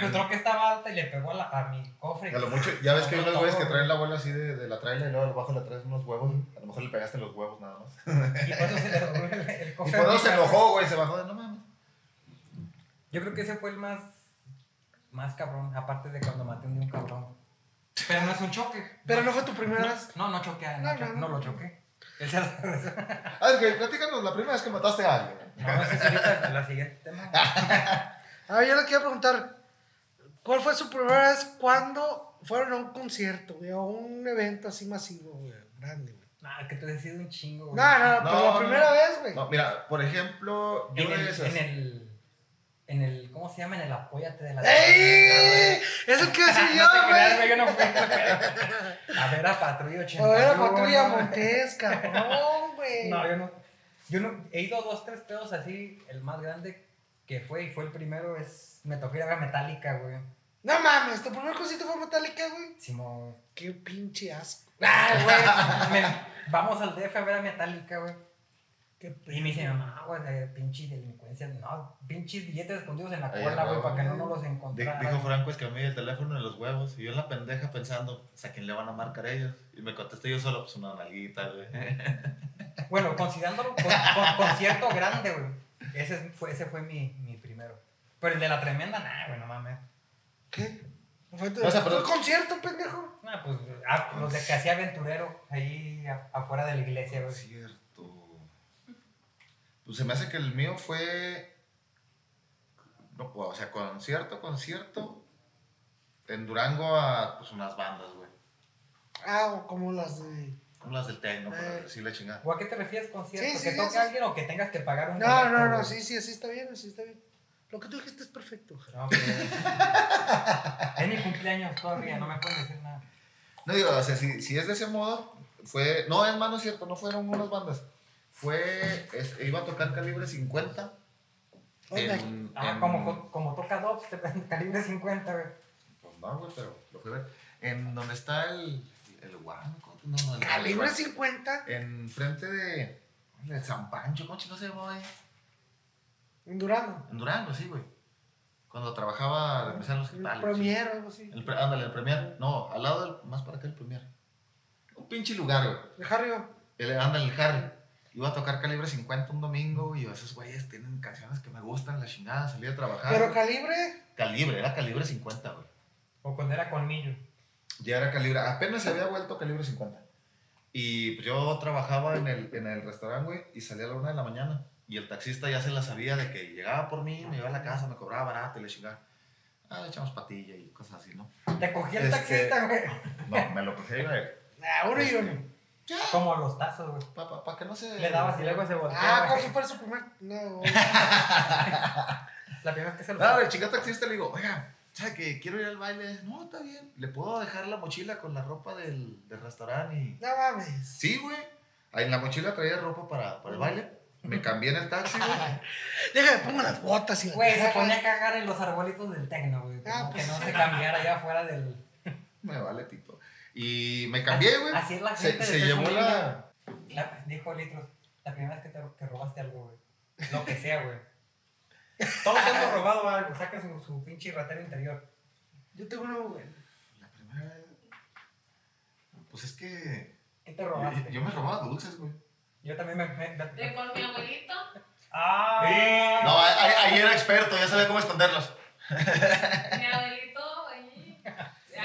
Speaker 2: su troca estaba alta y le pegó a, la- a mi cofre.
Speaker 1: A lo mucho, ya ves que hay
Speaker 2: No,
Speaker 1: unos
Speaker 2: no,
Speaker 1: güeyes que
Speaker 2: no.
Speaker 1: traen la bola así de, de la traila y luego abajo le traes unos huevos. A lo mejor le pegaste en los huevos nada más.
Speaker 2: Y por eso se le dobló el, el
Speaker 1: Y
Speaker 2: cofre. a
Speaker 1: por eso
Speaker 2: mi
Speaker 1: se
Speaker 2: carro.
Speaker 1: enojó, güey, se bajó de no mames.
Speaker 2: Yo creo que ese fue el más, más cabrón, aparte de cuando maté un día un cabrón. Pero no es un choque.
Speaker 3: Pero no fue tu primera
Speaker 2: no,
Speaker 3: vez.
Speaker 2: no, no choqué, no,
Speaker 3: No, no,
Speaker 2: choqué,
Speaker 3: no.
Speaker 2: no lo choqué. Él se la-
Speaker 1: Ah, es que platícanos la primera vez que mataste a alguien.
Speaker 2: No, ese es ahorita la siguiente tema.
Speaker 3: Ah, A ver, yo le quiero preguntar. ¿Cuál fue su primera vez cuando fueron a un concierto, güey? A un evento así masivo, güey. Grande, güey.
Speaker 2: Nah, Ah, que te decido un chingo, güey.
Speaker 3: No, no, no, pero
Speaker 1: No,
Speaker 3: la
Speaker 1: no,
Speaker 3: primera
Speaker 1: no.
Speaker 3: vez, güey.
Speaker 1: No, mira, por ejemplo, yo
Speaker 2: En
Speaker 1: de
Speaker 2: el,
Speaker 1: esas-
Speaker 2: en el. En el. ¿Cómo se llama? En el apóyate de la.
Speaker 3: ¡Ey! Eso quiero decir
Speaker 2: <laughs>
Speaker 3: yo,
Speaker 2: Ah, no te creas,
Speaker 3: güey.
Speaker 2: güey, yo no fui. <laughs> A ver a Patrulla 80.
Speaker 3: A ver, la patrulla Montes, cabrón, güey.
Speaker 2: No, yo no. Yo no. He ido a dos, tres pedos así. El más grande que fue y fue el primero es. Me tocó ir a ver a Metallica, güey.
Speaker 3: No mames, tu primer concierto fue Metallica, güey.
Speaker 2: Simón.
Speaker 3: Qué pinche asco.
Speaker 2: Ah, <laughs> güey. men, Vamos al DF a ver a Metallica, güey.
Speaker 3: Qué
Speaker 2: Y me dice, no, güey, de pinche delincuencia. No, pinches billetes escondidos en la
Speaker 1: Ahí,
Speaker 2: cola,
Speaker 1: güey,
Speaker 2: güey, para que no nos los
Speaker 1: Di-
Speaker 2: encontrara.
Speaker 1: Dijo Franco es que a mí el teléfono en los huevos. Y yo en la pendeja pensando, pues, ¿a quién le van a marcar ellos? Y me contesté yo solo, pues una nalguita, güey.
Speaker 2: <laughs> Bueno, considerándolo con, con- concierto grande, güey. Ese es- fue, ese fue mi, mi primero. Pero el de la tremenda, nah, güey, no mames.
Speaker 3: ¿Qué? Fue tu,
Speaker 1: O sea,
Speaker 3: fue
Speaker 1: pero-
Speaker 3: tu concierto, pendejo.
Speaker 2: Nah, pues ah, los de que hacía aventurero ahí a- afuera de la iglesia,
Speaker 1: Por
Speaker 2: güey.
Speaker 1: Cierto. Pues se me hace que el mío fue. No, o sea, concierto, concierto. En Durango a pues unas bandas, güey.
Speaker 3: Ah, o como las de.
Speaker 1: Como las del Tecno, para
Speaker 3: Eh.
Speaker 1: decir la chingada.
Speaker 2: ¿O a qué te refieres concierto?
Speaker 3: Sí, sí,
Speaker 2: ¿Que toque
Speaker 3: sí, sí.
Speaker 2: alguien o que tengas que pagar un
Speaker 3: No,
Speaker 2: boleto,
Speaker 3: no, no,
Speaker 2: Ah, güey?
Speaker 3: sí, sí, así está bien, así está bien. Lo que tú dijiste es perfecto. Jara.
Speaker 2: No, pero- es mi cumpleaños todavía, no me pueden decir nada.
Speaker 1: No digo, o sea, si, si es de ese modo, fue. No, es más, no es cierto, no fueron unas bandas. Fue. es- iba a tocar calibre 50.
Speaker 3: Oiga,
Speaker 1: en-
Speaker 2: Ah,
Speaker 1: en-
Speaker 2: como, como toca Dobbs, calibre 50, güey.
Speaker 1: Pues no, güey, pero lo fui a ver. En donde está el. El Huanco. No, no, el
Speaker 3: Calibre 50
Speaker 1: En frente de. de San Pancho, ¿cómo chingados se llamaba ahí?
Speaker 3: en Durango.
Speaker 1: En Durango, sí, güey. Cuando trabajaba de mesero en los
Speaker 3: El
Speaker 1: hospitales.
Speaker 3: Premier o algo así.
Speaker 1: El pre- ándale, el Premier. No, al lado del. Más para acá el Premier. Un pinche lugar, güey.
Speaker 3: El Harry. va.
Speaker 1: El, ándale, el Harry. Iba a tocar calibre 50 un domingo, güey, y yo, esos güeyes tienen canciones que me gustan, la chingada, salí a trabajar.
Speaker 3: Pero Calibre.
Speaker 1: calibre, era calibre 50, güey.
Speaker 2: O cuando era colmillo.
Speaker 1: Ya era calibre, apenas se había vuelto calibre 50. Y pues yo trabajaba en el, en el restaurante, güey, y salía a la una de la mañana. Y el taxista ya se la sabía de que llegaba por mí, me iba a la casa, me cobraba barato y le chingaba. Ah, le echamos patilla y cosas así, ¿no?
Speaker 2: Te cogí el
Speaker 1: Este-
Speaker 2: taxista, güey.
Speaker 1: No, me lo cogí, güey.
Speaker 3: Ah, uno y
Speaker 1: Este,
Speaker 3: uno.
Speaker 2: Como los tazos, güey.
Speaker 1: Para que no se...
Speaker 2: Le dabas y luego se
Speaker 3: Ah,
Speaker 2: volteaba.
Speaker 3: ¿cuál
Speaker 2: güey.
Speaker 3: fue su primer? No, güey.
Speaker 2: La primera vez que se lo
Speaker 1: No, el chingado taxista le digo, oiga, ¿sabe que quiero ir al baile? No, está bien. ¿Le puedo dejar la mochila con la ropa del, del restaurante? Y...
Speaker 3: no
Speaker 1: <laughs>
Speaker 3: mames.
Speaker 1: Sí, güey. Ahí en la mochila traía ropa para, para el baile. Me cambié en el taxi, güey.
Speaker 2: <laughs>
Speaker 3: Déjame, pongo las botas y la
Speaker 2: Güey, se
Speaker 3: cara.
Speaker 2: ponía a cagar en los arbolitos del tecno, güey.
Speaker 3: Ah,
Speaker 2: como
Speaker 3: pues
Speaker 2: que no
Speaker 3: sí.
Speaker 2: se cambiara allá afuera del.
Speaker 1: Me vale, pito. Y me cambié, güey.
Speaker 2: Así es la
Speaker 1: Se,
Speaker 2: gente.
Speaker 1: se
Speaker 2: de ser
Speaker 1: llevó
Speaker 2: humilde.
Speaker 1: la...
Speaker 2: La- pues, Dijo Litros, la primera vez que te que robaste algo, güey. Lo que sea, güey. Todos hemos robado algo. Saca su, su pinche ratero interior.
Speaker 3: Yo tengo uno, güey.
Speaker 1: La primera... vez- Pues es que...
Speaker 2: ¿Qué te
Speaker 1: Yo,
Speaker 2: robaste?
Speaker 1: yo me robaba dulces, güey.
Speaker 2: Yo también me. me-
Speaker 4: De
Speaker 2: me-
Speaker 4: con mi abuelito.
Speaker 2: ¡Ah!
Speaker 1: No, ahí- ahí ahí era experto, ya sabía cómo esconderlos.
Speaker 4: Mi abuelito ahí.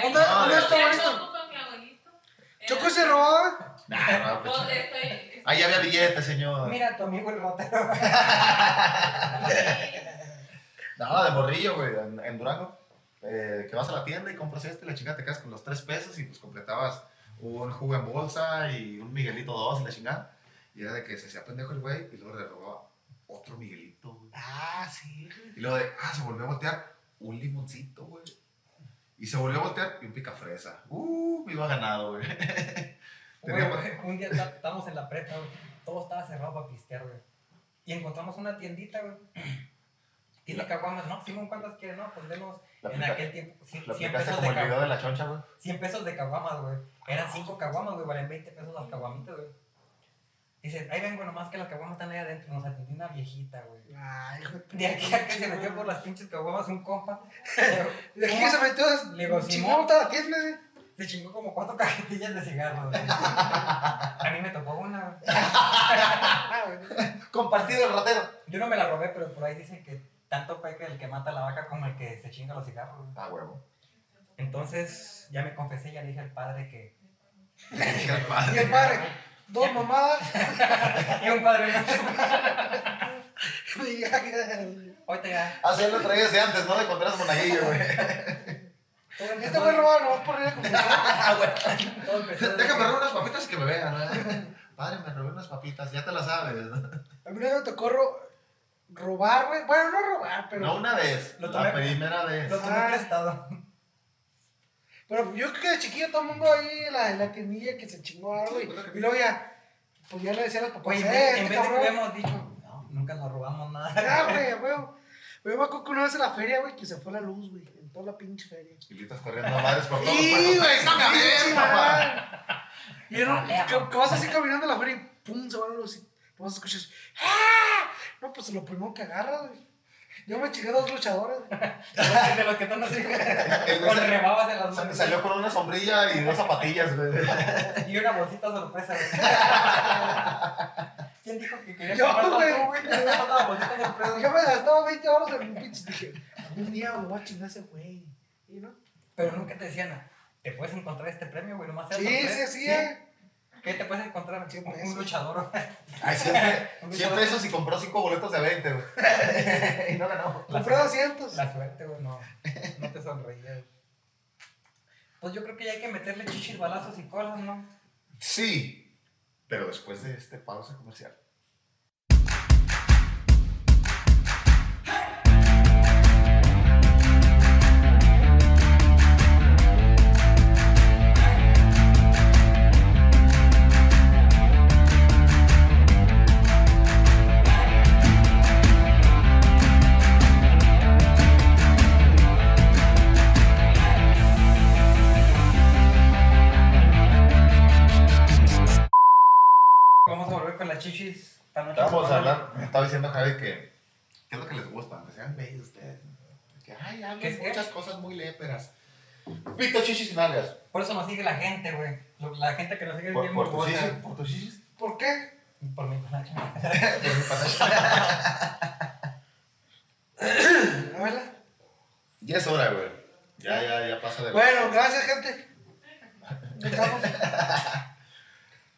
Speaker 3: ¿Dónde-
Speaker 1: dónde
Speaker 3: está
Speaker 4: Ahí
Speaker 3: Choco?
Speaker 4: Choco con mi abuelito. Era-
Speaker 3: Choco se robaba.
Speaker 1: Nah, no,
Speaker 4: Pues,
Speaker 1: pues,
Speaker 4: estoy- estoy-
Speaker 1: Ahí había billetes, señor.
Speaker 2: Mira a tu amigo el ratero.
Speaker 1: No, de morrillo, güey, en, en Durango. Eh, que vas a la tienda y compras este, la chingada te quedas con los tres pesos y pues completabas un jugo en bolsa y un Miguelito dos y la chingada. Y era de que se hacía pendejo el güey y luego le robaba otro Miguelito, güey.
Speaker 3: Ah, sí. güey.
Speaker 1: Y luego de, ah, se volvió a voltear un limoncito, güey. Y se volvió a voltear y un picafresa. Uh, me iba ganado, güey.
Speaker 2: Güey, güey, un día ta- estábamos en la prepa, güey. Todo estaba cerrado para pistear, güey. Y encontramos una tiendita, güey. Tiene
Speaker 1: La-
Speaker 2: caguamas, no, Simón, ¿cuántas quieres? No, pues denos
Speaker 1: La
Speaker 2: en
Speaker 1: aplica-
Speaker 2: aquel tiempo cien-
Speaker 1: Lo
Speaker 2: 100
Speaker 1: aplicaste
Speaker 2: pesos de
Speaker 1: como el video de
Speaker 2: caguamas.
Speaker 1: la choncha, güey.
Speaker 2: 100 pesos de caguamas, güey.
Speaker 3: Ah,
Speaker 2: Eran 5 caguamas, güey, valen 20 pesos las caguamitas, güey. Dice, ahí vengo nomás que las caguamas están ahí adentro. Nos atendió una viejita, güey.
Speaker 3: Ay, hijo tu
Speaker 2: De aquí a que se
Speaker 3: pinche
Speaker 2: metió por
Speaker 3: madre.
Speaker 2: las pinches caguamas un
Speaker 3: <laughs>
Speaker 2: compa.
Speaker 3: De aquí que se metió.
Speaker 2: Ah. Le digo,
Speaker 3: chingó
Speaker 2: Simón.
Speaker 3: toda la tienda, güey.
Speaker 2: Se chingó como cuatro cajetillas de cigarros,
Speaker 3: <laughs>
Speaker 2: güey. A mí me tocó una, güey.
Speaker 3: Ah, güey.
Speaker 1: Compartido el ratero.
Speaker 2: Yo no me la robé, pero por ahí dicen que tanto peca el que mata a la vaca como el que se chinga los cigarros. güey.
Speaker 1: Ah, <laughs> huevo.
Speaker 2: Entonces, ya me confesé, ya le dije al padre que.
Speaker 1: Le dije al
Speaker 3: Y
Speaker 1: padre.
Speaker 3: el padre. dos mamadas.
Speaker 2: Y un padre nuestro.
Speaker 3: y ya.
Speaker 2: <laughs> Ahorita ya.
Speaker 1: Ah, sí, lo traías de antes, ¿no? De Contreras Monaguillo, güey.
Speaker 2: Todo empezó- Ah,
Speaker 3: Este güey
Speaker 2: <laughs>
Speaker 3: robado nomás por ir a comer.
Speaker 2: todo empezó desde
Speaker 1: Déjame
Speaker 2: que-
Speaker 1: robar unas papitas y que me vean, ¿eh? <laughs> Padre, me robé unas papitas, ya te las sabes. ¿no?
Speaker 3: A mí no me tocó ro- robar, güey. Bueno, no robar, pero.
Speaker 1: No una vez,
Speaker 2: Lo
Speaker 1: la
Speaker 2: tomé-
Speaker 1: primera vez.
Speaker 2: Lo tomé prestado.
Speaker 3: Pero yo creo que de chiquillo todo el mundo ahí en la, en la tiendilla que se chingó algo.
Speaker 1: Sí, pues, lo
Speaker 3: y,
Speaker 1: que-
Speaker 3: y luego ya. Pues ya le decía a los papás.
Speaker 2: Oye, en
Speaker 3: "Eh,
Speaker 2: vez,
Speaker 3: este
Speaker 2: en vez de que
Speaker 3: cabrón".
Speaker 2: hubiéramos dicho, no, nunca nos robamos
Speaker 3: <laughs>
Speaker 2: nada. <laughs>
Speaker 3: Ya, güey, a huevo. Yo me acuerdo que una vez en la feria, güey, que se fue la luz, güey. En toda la pinche feria.
Speaker 1: Y litas corriendo a madres por todos los
Speaker 3: Sí,
Speaker 1: puestos.
Speaker 3: güey,
Speaker 1: ¡Déjame a ver,
Speaker 3: sí,
Speaker 1: papá!
Speaker 3: güey. Y yo no, que- que vas así caminando a la feria y pum, se va la luz y vas a escuchar. ¡Ah! No, pues lo primero que agarra, güey. Yo me chingué dos luchadores. güey.
Speaker 2: De los que están así, con rebabas en las
Speaker 1: Sa-
Speaker 2: manos.
Speaker 1: Salió con una sombrilla y dos zapatillas, güey.
Speaker 2: <laughs> Y una bolsita sorpresa, güey.
Speaker 3: <laughs>
Speaker 2: ¿Quién dijo que quería
Speaker 3: Yo,
Speaker 2: comprar
Speaker 3: güey.
Speaker 2: tatu, güey? Yo, una bolsita
Speaker 3: Yo
Speaker 2: sorpresa.
Speaker 3: me gastaba 20 horas en un pinche. Dije, un día me voy a chingar a ese güey. ¿Y no?
Speaker 2: Pero nunca te decían, te puedes encontrar este premio, güey, nomás sea
Speaker 3: Sí,
Speaker 2: sorpresa.
Speaker 3: sí, sí, eh.
Speaker 2: ¿Qué te puedes encontrar?
Speaker 3: Sí,
Speaker 2: Un-
Speaker 3: pues.
Speaker 2: un luchador.
Speaker 1: Ay, siempre, siempre eso si compró cinco boletos de 20, güey. <laughs> Y no ganó.
Speaker 3: Compré 200.
Speaker 2: La suerte, güey, no. No te sonreías. Pues yo creo que ya hay que meterle chichis, balazos y cosas, ¿no?
Speaker 1: Sí, pero después de este pausa comercial.
Speaker 2: Vamos a volver con las chichis. esta noche.
Speaker 1: Estábamos hablando, me estaba diciendo Javi que, ¿qué es lo que les gusta? Que sean bellos ustedes. Que, ay,
Speaker 2: ¿Qué
Speaker 1: hablan
Speaker 2: es qué?
Speaker 1: muchas cosas muy léperas. Pito, chichis y nalgas.
Speaker 2: Por eso nos sigue la gente, güey. Lo- La gente que nos sigue es
Speaker 1: Por,
Speaker 2: bien
Speaker 1: por, tus
Speaker 2: morbosa.
Speaker 1: chichis, por tus chichis.
Speaker 3: ¿Por qué?
Speaker 2: Por mi panache.
Speaker 1: Por mi panache.
Speaker 3: A verla.
Speaker 1: <laughs> Ya es hora, güey. Ya, ya, ya pasa de
Speaker 3: Bueno, gracias, gente. Nos vamos.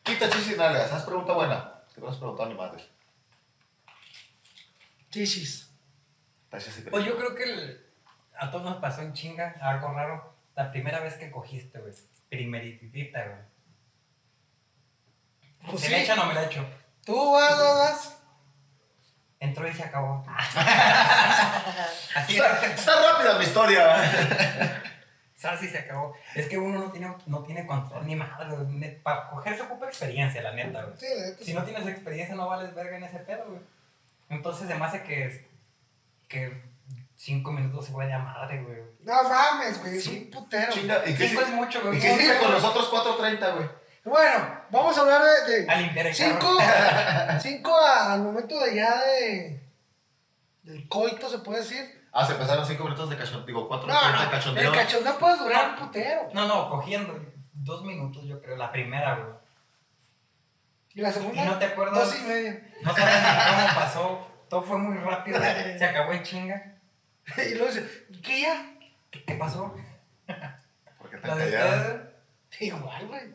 Speaker 1: Pito, chichis y nalgas. Haz pregunta buena. Que no has preguntado a mi madre.
Speaker 3: Chichis.
Speaker 1: Gracias, sí,
Speaker 2: Pues yo creo que el- a todos nos pasó en chinga, algo raro. La primera vez que cogiste, güey. Primeritita, güey.
Speaker 3: Pues
Speaker 2: ¿Se
Speaker 3: sí.
Speaker 2: le echa o no me la echo?
Speaker 3: Tú vas, vas, vas.
Speaker 2: Entró y se
Speaker 3: <laughs>
Speaker 2: acabó. <laughs> Así
Speaker 1: Está,
Speaker 2: es.
Speaker 1: está rápida mi historia.
Speaker 2: <laughs> Sas y se acabó. Es que uno no tiene, no tiene control ni madre. güey. Ne- Para coger se ocupa experiencia, la neta, güey.
Speaker 3: Sí, la neta,
Speaker 2: Si no tienes experiencia, no vales verga en ese pedo, güey. Entonces se me hace que, que cinco minutos se vaya a madre, güey.
Speaker 3: No mames, güey, es
Speaker 2: Sí.
Speaker 3: un putero.
Speaker 1: Chinga, ¿y qué
Speaker 2: Cinco es
Speaker 1: hiciste-
Speaker 2: pues, mucho,
Speaker 1: ¿y
Speaker 2: güey.
Speaker 1: qué hiciste con los otros 4.30, güey?
Speaker 3: Bueno, vamos a hablar de.
Speaker 2: A
Speaker 3: de
Speaker 2: limpiar el
Speaker 3: cinco,
Speaker 2: carro.
Speaker 3: <laughs> cinco a- al momento de ya de. del coito, se puede decir.
Speaker 1: Ah, se pasaron 5 minutos de cachondeo. Digo, 4
Speaker 3: No,
Speaker 1: minutos de
Speaker 3: no,
Speaker 1: cachondeo.
Speaker 3: el cachondeo puede durar un putero.
Speaker 2: No, no, cogiendo. Dos minutos, yo creo. La primera, güey.
Speaker 3: Y la segunda,
Speaker 2: Y no te acuerdas.
Speaker 3: dos y media. <laughs>
Speaker 2: No sabes ni cómo pasó. Todo fue muy rápido. Se acabó en chinga.
Speaker 3: Y luego dice, ¿qué ya?
Speaker 2: ¿Qué, qué pasó?
Speaker 1: Porque te
Speaker 2: La de
Speaker 1: callaron.
Speaker 2: ustedes.
Speaker 3: Igual, güey.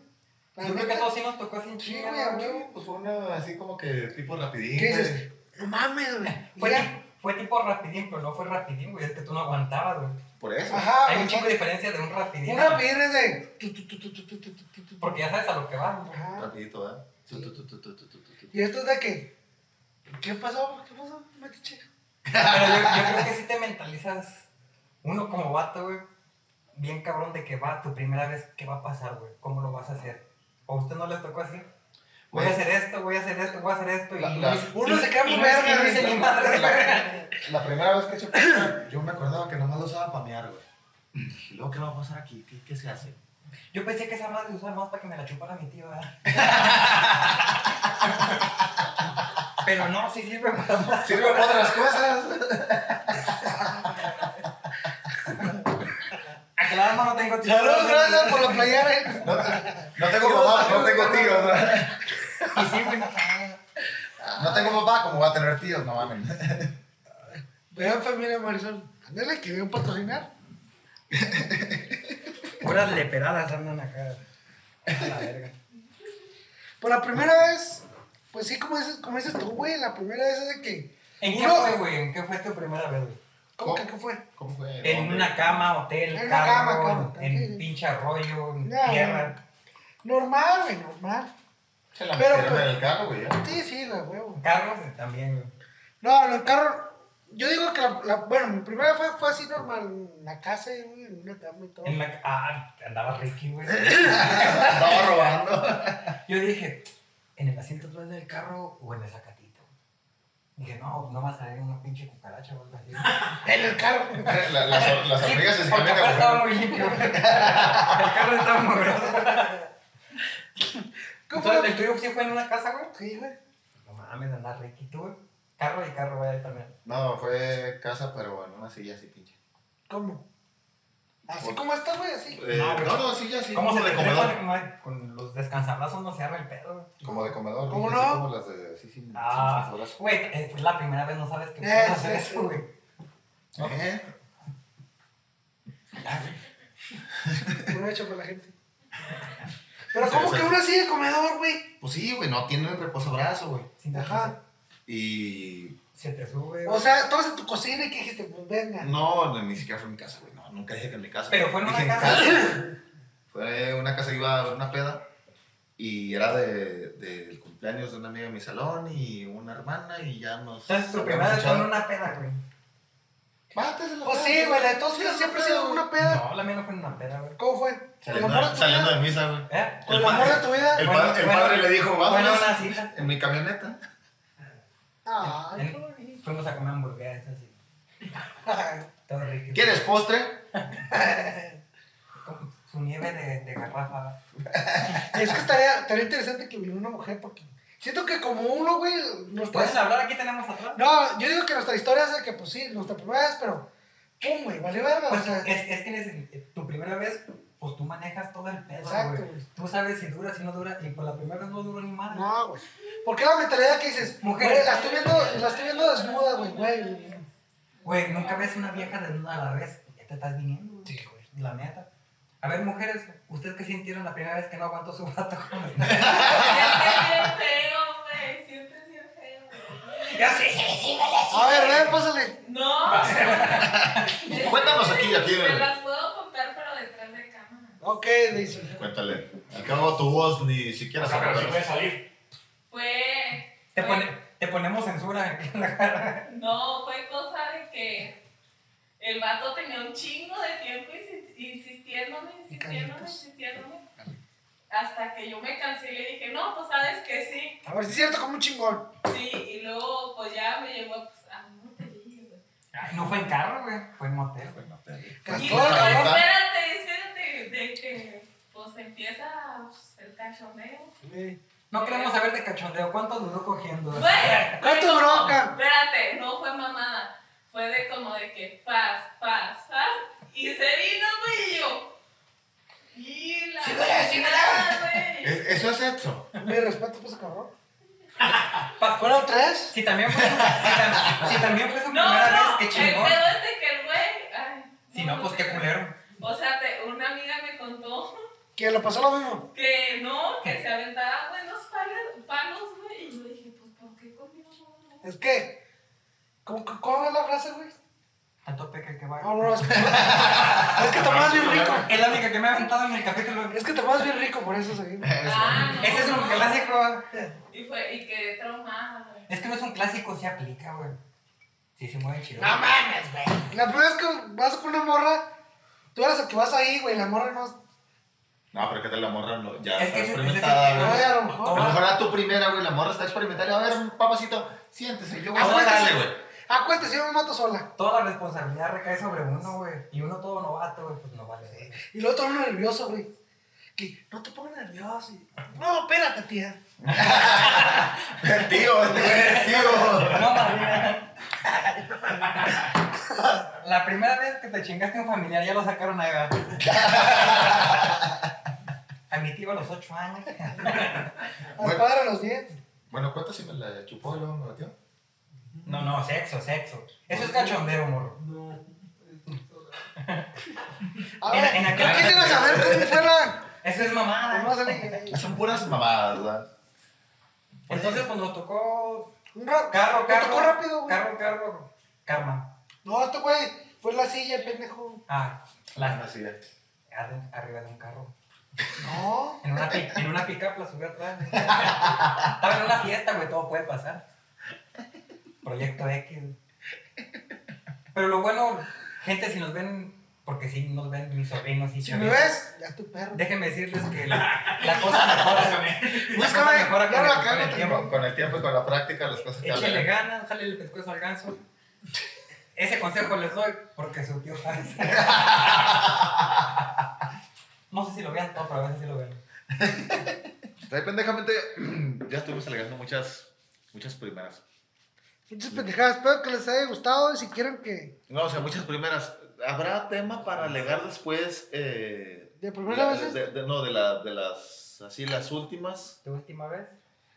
Speaker 3: La
Speaker 2: Yo creo que a
Speaker 3: neta,
Speaker 2: todos sí nos tocó sin
Speaker 3: Sí,
Speaker 2: chinga.
Speaker 3: güey, a
Speaker 2: ¿no?
Speaker 3: huevo.
Speaker 1: Pues fue una así como que tipo rapidín.
Speaker 3: ¿Qué
Speaker 1: güey.
Speaker 3: dices? No mames, güey. Y
Speaker 2: Fue,
Speaker 3: ya.
Speaker 2: ti- fue tipo rapidín, pero no fue rapidín, güey. Es que tú no aguantabas, güey.
Speaker 1: Por eso.
Speaker 3: Ajá,
Speaker 2: Hay
Speaker 3: güey,
Speaker 2: un chingo de diferencia de un rapidín.
Speaker 3: Una rapidez de. tu, tu, tu, tu, tu, tu, tu, tu, tu, tu.
Speaker 2: Porque ya sabes a lo que va, güey.
Speaker 3: Ajá.
Speaker 1: Rapidito, ¿eh? Tu, tu, tu, tu, tu, tu, tu, tu.
Speaker 3: Y esto es de que. ¿Qué pasó? ¿Qué pasó? Metiche.
Speaker 2: Pero yo,
Speaker 3: <laughs>
Speaker 2: yo creo que sí te mentalizas, uno como vato, güey, bien cabrón de que va tu primera vez, ¿qué va a pasar, güey? ¿Cómo lo vas a hacer? ¿O a usted no les tocó así? Voy a hacer esto, voy a hacer esto, voy a hacer esto. Y
Speaker 1: La- la-
Speaker 3: Pues, Uno se queda
Speaker 2: y
Speaker 3: muy
Speaker 2: no-
Speaker 3: verga,
Speaker 2: y no
Speaker 3: güey.
Speaker 2: hice ni madre, güey.
Speaker 3: <laughs>
Speaker 1: La primera vez que he hecho yo me acordaba que nomás lo usaba para mear, güey. Y luego, ¿qué va a pasar aquí? ¿Qué, qué se hace?
Speaker 2: Yo pensé que esa madre de usar más para que me la chupara mi tío,
Speaker 3: <laughs>
Speaker 2: ¿verdad? Pero no, sí sirve para más.
Speaker 1: Sirve para otras cosas.
Speaker 2: Aclarando, no tengo tío.
Speaker 3: Saludos, gracias por la playera. eh.
Speaker 1: No, no tengo papá, no tengo tíos. ¿no?
Speaker 2: Y sirve.
Speaker 1: No tengo papá, como va a tener tíos? No mames.
Speaker 3: Vean, familia Marisol. Ándale, que vean patrocinar.
Speaker 2: Puras leperadas andan acá. A la verga.
Speaker 3: Por la primera vez, pues sí, como dices, como dices tú, güey, la primera vez es de que.
Speaker 2: ¿En qué
Speaker 3: Uno-
Speaker 2: fue, güey? ¿En qué fue tu primera vez, güey?
Speaker 3: ¿Cómo
Speaker 1: ¿Cómo?
Speaker 3: que qué fue?
Speaker 1: ¿Cómo fue?
Speaker 2: En
Speaker 1: ¿Dónde?
Speaker 2: una cama, hotel,
Speaker 3: En una
Speaker 2: carro,
Speaker 3: cama, cama,
Speaker 2: en
Speaker 3: sí.
Speaker 2: pinche arroyo, en
Speaker 3: Ya,
Speaker 2: tierra.
Speaker 3: Normal, güey, normal.
Speaker 1: Se la
Speaker 3: Pero,
Speaker 1: metieron
Speaker 3: pues-
Speaker 1: en el carro, güey. ya.
Speaker 3: Sí, sí, güey, huevo.
Speaker 2: Carros también, güey.
Speaker 3: No, en el carro. Yo digo que la, la- bueno, mi primera vez fue, fue así normal, en la casa, eh, güey, en una cama y todo. <laughs>
Speaker 2: En la... Ah, andaba Ricky,
Speaker 3: <coughs>
Speaker 2: güey.
Speaker 1: Andaba robando.
Speaker 2: Yo dije, en el asiento atrás del carro o en el sacatito. Dije, no, no va a salir una pinche cucaracha o algo
Speaker 3: <laughs>
Speaker 2: así.
Speaker 3: En el carro.
Speaker 1: La- las, las hormigas se
Speaker 2: Porque afuera
Speaker 1: escapan de
Speaker 2: estaba muy limpio. El carro estaba muy
Speaker 3: ¿Cómo fue?
Speaker 2: ¿El tuyo sí fue en una casa, güey?
Speaker 3: Sí, güey.
Speaker 2: No mames, andaba Ricky, tú, güey. Carro y carro, güey, también.
Speaker 1: No, fue casa, pero en una silla así, pinche.
Speaker 3: ¿Cómo? Así
Speaker 1: Por-
Speaker 3: como está, güey, así.
Speaker 1: Eh,
Speaker 2: No, güey.
Speaker 1: no, no, silla así.
Speaker 2: ¿Cómo se
Speaker 1: como
Speaker 2: le
Speaker 1: de comedor?
Speaker 2: trepa? Con los descansabrazos no se arma el pedo, güey.
Speaker 1: Como de comedor.
Speaker 3: ¿Cómo
Speaker 1: dije, así
Speaker 3: no?
Speaker 1: Como las de. Sí, sí,
Speaker 2: Ah,
Speaker 1: sin fisuras.
Speaker 2: güey, eh, fue la primera vez, no sabes qué
Speaker 3: Eh,
Speaker 2: puedes hacer eso,
Speaker 3: sí, sí.
Speaker 2: güey. No.
Speaker 1: ¿Eh?
Speaker 3: Aprovecho con la gente. Pero
Speaker 1: Sí,
Speaker 3: como
Speaker 1: o sea,
Speaker 3: que uno así de comedor, güey.
Speaker 1: Pues sí, güey, no tienen el reposabrazo, güey.
Speaker 2: Sin que
Speaker 3: Ajá.
Speaker 1: Y.
Speaker 2: Se te sube,
Speaker 3: O
Speaker 2: güey.
Speaker 3: sea, estabas en tu cocina y que dijiste, pues venga.
Speaker 1: No, ni siquiera fue en mi casa, güey. No, nunca dije que en mi casa.
Speaker 2: Pero fue en una
Speaker 1: Dije,
Speaker 2: casa. <laughs>
Speaker 1: Fue una casa, iba a haber una peda. Y era de, del cumpleaños de una amiga de mi salón y una hermana y ya nos...
Speaker 2: Entonces, tu
Speaker 1: habíamos
Speaker 2: primera vez fue en
Speaker 1: echado-
Speaker 2: una peda, güey.
Speaker 1: Antes de la
Speaker 3: Pues
Speaker 1: peda,
Speaker 3: sí, güey, la de todos
Speaker 1: Sí,
Speaker 3: que
Speaker 1: la
Speaker 3: siempre ha
Speaker 1: peda,
Speaker 3: sido
Speaker 1: güey.
Speaker 3: una peda.
Speaker 2: No, la mía no fue en una peda, güey.
Speaker 3: ¿Cómo fue? ¿Con el
Speaker 1: Saliendo,
Speaker 3: amor de
Speaker 1: de,
Speaker 3: tu
Speaker 1: saliendo
Speaker 3: vida?
Speaker 1: de misa, güey.
Speaker 2: ¿Eh?
Speaker 3: ¿Con
Speaker 1: el
Speaker 3: el amor
Speaker 1: padre.
Speaker 3: de tu vida?
Speaker 1: El,
Speaker 2: Bueno,
Speaker 1: pa- el
Speaker 2: bueno,
Speaker 1: padre le dijo,
Speaker 2: Fue en
Speaker 1: vámonos
Speaker 2: una cita.
Speaker 1: en mi camioneta.
Speaker 3: Ay,
Speaker 2: En-
Speaker 3: qué bonito.
Speaker 2: Fuimos a comer hamburguesas
Speaker 3: <laughs>
Speaker 2: así. Todo rico.
Speaker 1: ¿Quieres postre?
Speaker 2: Como Su nieve de, de garrafa.
Speaker 3: Pues, Es que estaría, estaría interesante que viniera una mujer porque siento que como uno, güey, nuestra...
Speaker 2: ¿Puedes hablar? Aquí tenemos atrás.
Speaker 3: No, yo digo que nuestra historia es de que, pues sí, nuestra primera vez, pero... ¡Pum, güey! Vale verga, o
Speaker 2: Pues,
Speaker 3: sea...
Speaker 2: es, es que eres- eh, tu primera vez, pues tú manejas todo el pedo,
Speaker 3: Exacto,
Speaker 2: güey.
Speaker 3: güey.
Speaker 2: Tú sabes si dura, si no dura. Y por la primera vez no duró ni madre.
Speaker 3: No, güey. Porque la mentalidad que dices,
Speaker 2: Mujer.
Speaker 3: güey, Eh, la estoy viendo, la estoy viendo desnuda, güey, güey.
Speaker 2: Güey, nunca ves una vieja desnuda a la vez. Ya te estás viniendo, güey.
Speaker 3: güey.
Speaker 2: La neta. A ver, mujeres, ¿ustedes qué sintieron la primera vez que no aguantó su vato?
Speaker 4: Es que bien feo, güey. Siempre es bien feo, güey.
Speaker 2: ya sí, sí, sí, vale.
Speaker 3: A ver, ven, pásale.
Speaker 4: No.
Speaker 1: <laughs> Cuéntanos aquí, aquí.
Speaker 4: Me las puedo contar, pero detrás de cámara.
Speaker 3: Ok, dice.
Speaker 1: Cuéntale. Al cabo tu voz ni siquiera se
Speaker 5: Pero si puede
Speaker 1: acuerda.
Speaker 5: salir.
Speaker 4: Fue.
Speaker 2: Te,
Speaker 4: fue-
Speaker 2: pone- te ponemos censura aquí en la cara.
Speaker 4: No, fue cosa de que el vato tenía un chingo de tiempo insi- insistiéndome, insistiéndome,
Speaker 3: Carlitos.
Speaker 4: insistiéndome. Hasta que yo me cansé y le dije, no, pues sabes que sí.
Speaker 3: A ver, si es cierto, como un chingón.
Speaker 4: Sí, y luego pues ya me llevó pues, a un hotelillo, güey.
Speaker 2: Ay, No fue en carro, güey. Fue en motel, güey.
Speaker 4: Y
Speaker 3: Gastó,
Speaker 4: luego,
Speaker 3: cabrón.
Speaker 4: espérate, espérate, de que pues empieza pues, el cachondeo.
Speaker 2: No queremos saber de cachondeo. ¿Cuánto duró cogiendo?
Speaker 4: Fue-
Speaker 3: ¿Cuánto
Speaker 4: fue como-
Speaker 3: broca?
Speaker 4: Espérate, no fue mamada. Fue de como de que paz, paz, paz. Y se vino, güey, y yo. Y la.
Speaker 2: Síguele, síguele.
Speaker 4: chingada, güey.
Speaker 1: Es- Eso es sexo.
Speaker 3: Mi respeto, pues, cabrón.
Speaker 2: Pa-
Speaker 3: ¿Fueron tres?
Speaker 2: Si también fue su, si tam- si también fue su
Speaker 4: No,
Speaker 2: primera
Speaker 4: no,
Speaker 2: vez, qué
Speaker 4: el
Speaker 2: chingón.
Speaker 4: pedo es de que el güey. ay,
Speaker 2: Si no, pues qué culero.
Speaker 4: O sea, te- una amiga me contó
Speaker 3: Que le pasó lo mismo.
Speaker 4: que no, que se aventaba buenos palos, palos, güey. Y yo dije, pues, ¿por qué conmigo? no?
Speaker 3: Es que. ¿Cómo, cómo- cómo es la frase, güey?
Speaker 2: A tope que el que va.
Speaker 3: No, no, es que. Es que tomás bien rico.
Speaker 2: Es la única que me ha aventado en el capítulo.
Speaker 3: Es que tomás bien rico, por eso se vino.
Speaker 1: <laughs>
Speaker 4: Ah, no.
Speaker 2: Ese es un clásico.
Speaker 4: Y, fue, y quedé traumada, güey.
Speaker 2: Es que no es un clásico, se aplica, güey. Si se mueve chido.
Speaker 3: mames, güey. La primera vez que vas con una morra, tú eres el que vas ahí, güey. La morra no.
Speaker 1: No, pero ¿qué tal la morra? No, ya
Speaker 2: Es
Speaker 1: está
Speaker 2: que ese-
Speaker 1: experimentada,
Speaker 2: ese-
Speaker 1: güey.
Speaker 3: Ay, a lo mejor.
Speaker 1: A lo mejor era tu primera, güey. La morra está experimentada. A ver, papacito, siéntese. Yo voy a
Speaker 3: Ah, bueno,
Speaker 1: Dale,
Speaker 3: sí.
Speaker 1: güey.
Speaker 3: Ah, cuenta, si yo me mato sola.
Speaker 2: Toda la responsabilidad recae sobre uno, güey. Y uno todo novato, güey, pues no vale.
Speaker 3: Y luego todo nervioso, güey. Que no te pongas nervioso. y- No, espérate, tía.
Speaker 1: <laughs> Tío, este güey, tío.
Speaker 2: No, madre. <laughs> La primera vez que te chingaste a un familiar ya lo sacaron a... A mi tío a los 8 años.
Speaker 3: Al
Speaker 1: Bueno.
Speaker 3: padre a los 10.
Speaker 1: Bueno, ¿cuánto si me la chupó y luego me batió?
Speaker 2: No, no, sexo, sexo. Eso es cachondeo, morro.
Speaker 3: A
Speaker 2: En-
Speaker 3: ver,
Speaker 2: en
Speaker 3: yo
Speaker 2: aquel-
Speaker 3: quisiera saber cómo fue la.
Speaker 2: Eso es mamada.
Speaker 3: Vamos a salir.
Speaker 1: Son puras Ah, mamadas, ¿verdad?
Speaker 2: Entonces, pues nos tocó
Speaker 3: Un ra-
Speaker 2: carro,
Speaker 3: nos
Speaker 2: carro.
Speaker 3: tocó rápido, güey.
Speaker 2: Carro, carro, karma.
Speaker 3: No, este güey fue la silla, el pendejo.
Speaker 2: Ah,
Speaker 1: La
Speaker 2: la,
Speaker 1: nacida.
Speaker 2: arri- arriba de un carro.
Speaker 3: No.
Speaker 2: En una, pick, en una pickup la subí
Speaker 3: <laughs>
Speaker 2: atrás. güey. Estaba en una fiesta, güey, todo puede pasar. Proyecto X. güey. Pero lo bueno, gente, si nos ven, porque si nos ven mis sobrinos y
Speaker 3: Si me ves, ya tu perro.
Speaker 2: déjenme decirles que la, la cosa mejora. la cosa
Speaker 3: <laughs> Búscame,
Speaker 2: mejora
Speaker 3: ya
Speaker 2: con,
Speaker 3: la
Speaker 2: el- con
Speaker 3: cago,
Speaker 2: el
Speaker 3: te
Speaker 2: tiempo.
Speaker 1: Con, con el tiempo y con la práctica, las cosas
Speaker 2: Échale
Speaker 1: hablan.
Speaker 2: ganas, jale el pescuezo al ganso. Ese consejo les doy porque su tío Hans. No sé si lo vean todo, pero a veces sí lo ven.
Speaker 1: Ahí pendejamente <clears throat> ya estuvimos alegando muchas, muchas primeras.
Speaker 3: Muchas pendejadas. Espero que les haya gustado. Y si quieren que
Speaker 1: No, o sea, muchas primeras. ¿Habrá tema para alegar después? Eh,
Speaker 3: de primera
Speaker 1: la-
Speaker 3: vez.
Speaker 1: de- de- no, de, la- de las, así, las últimas.
Speaker 2: ¿Tu última vez?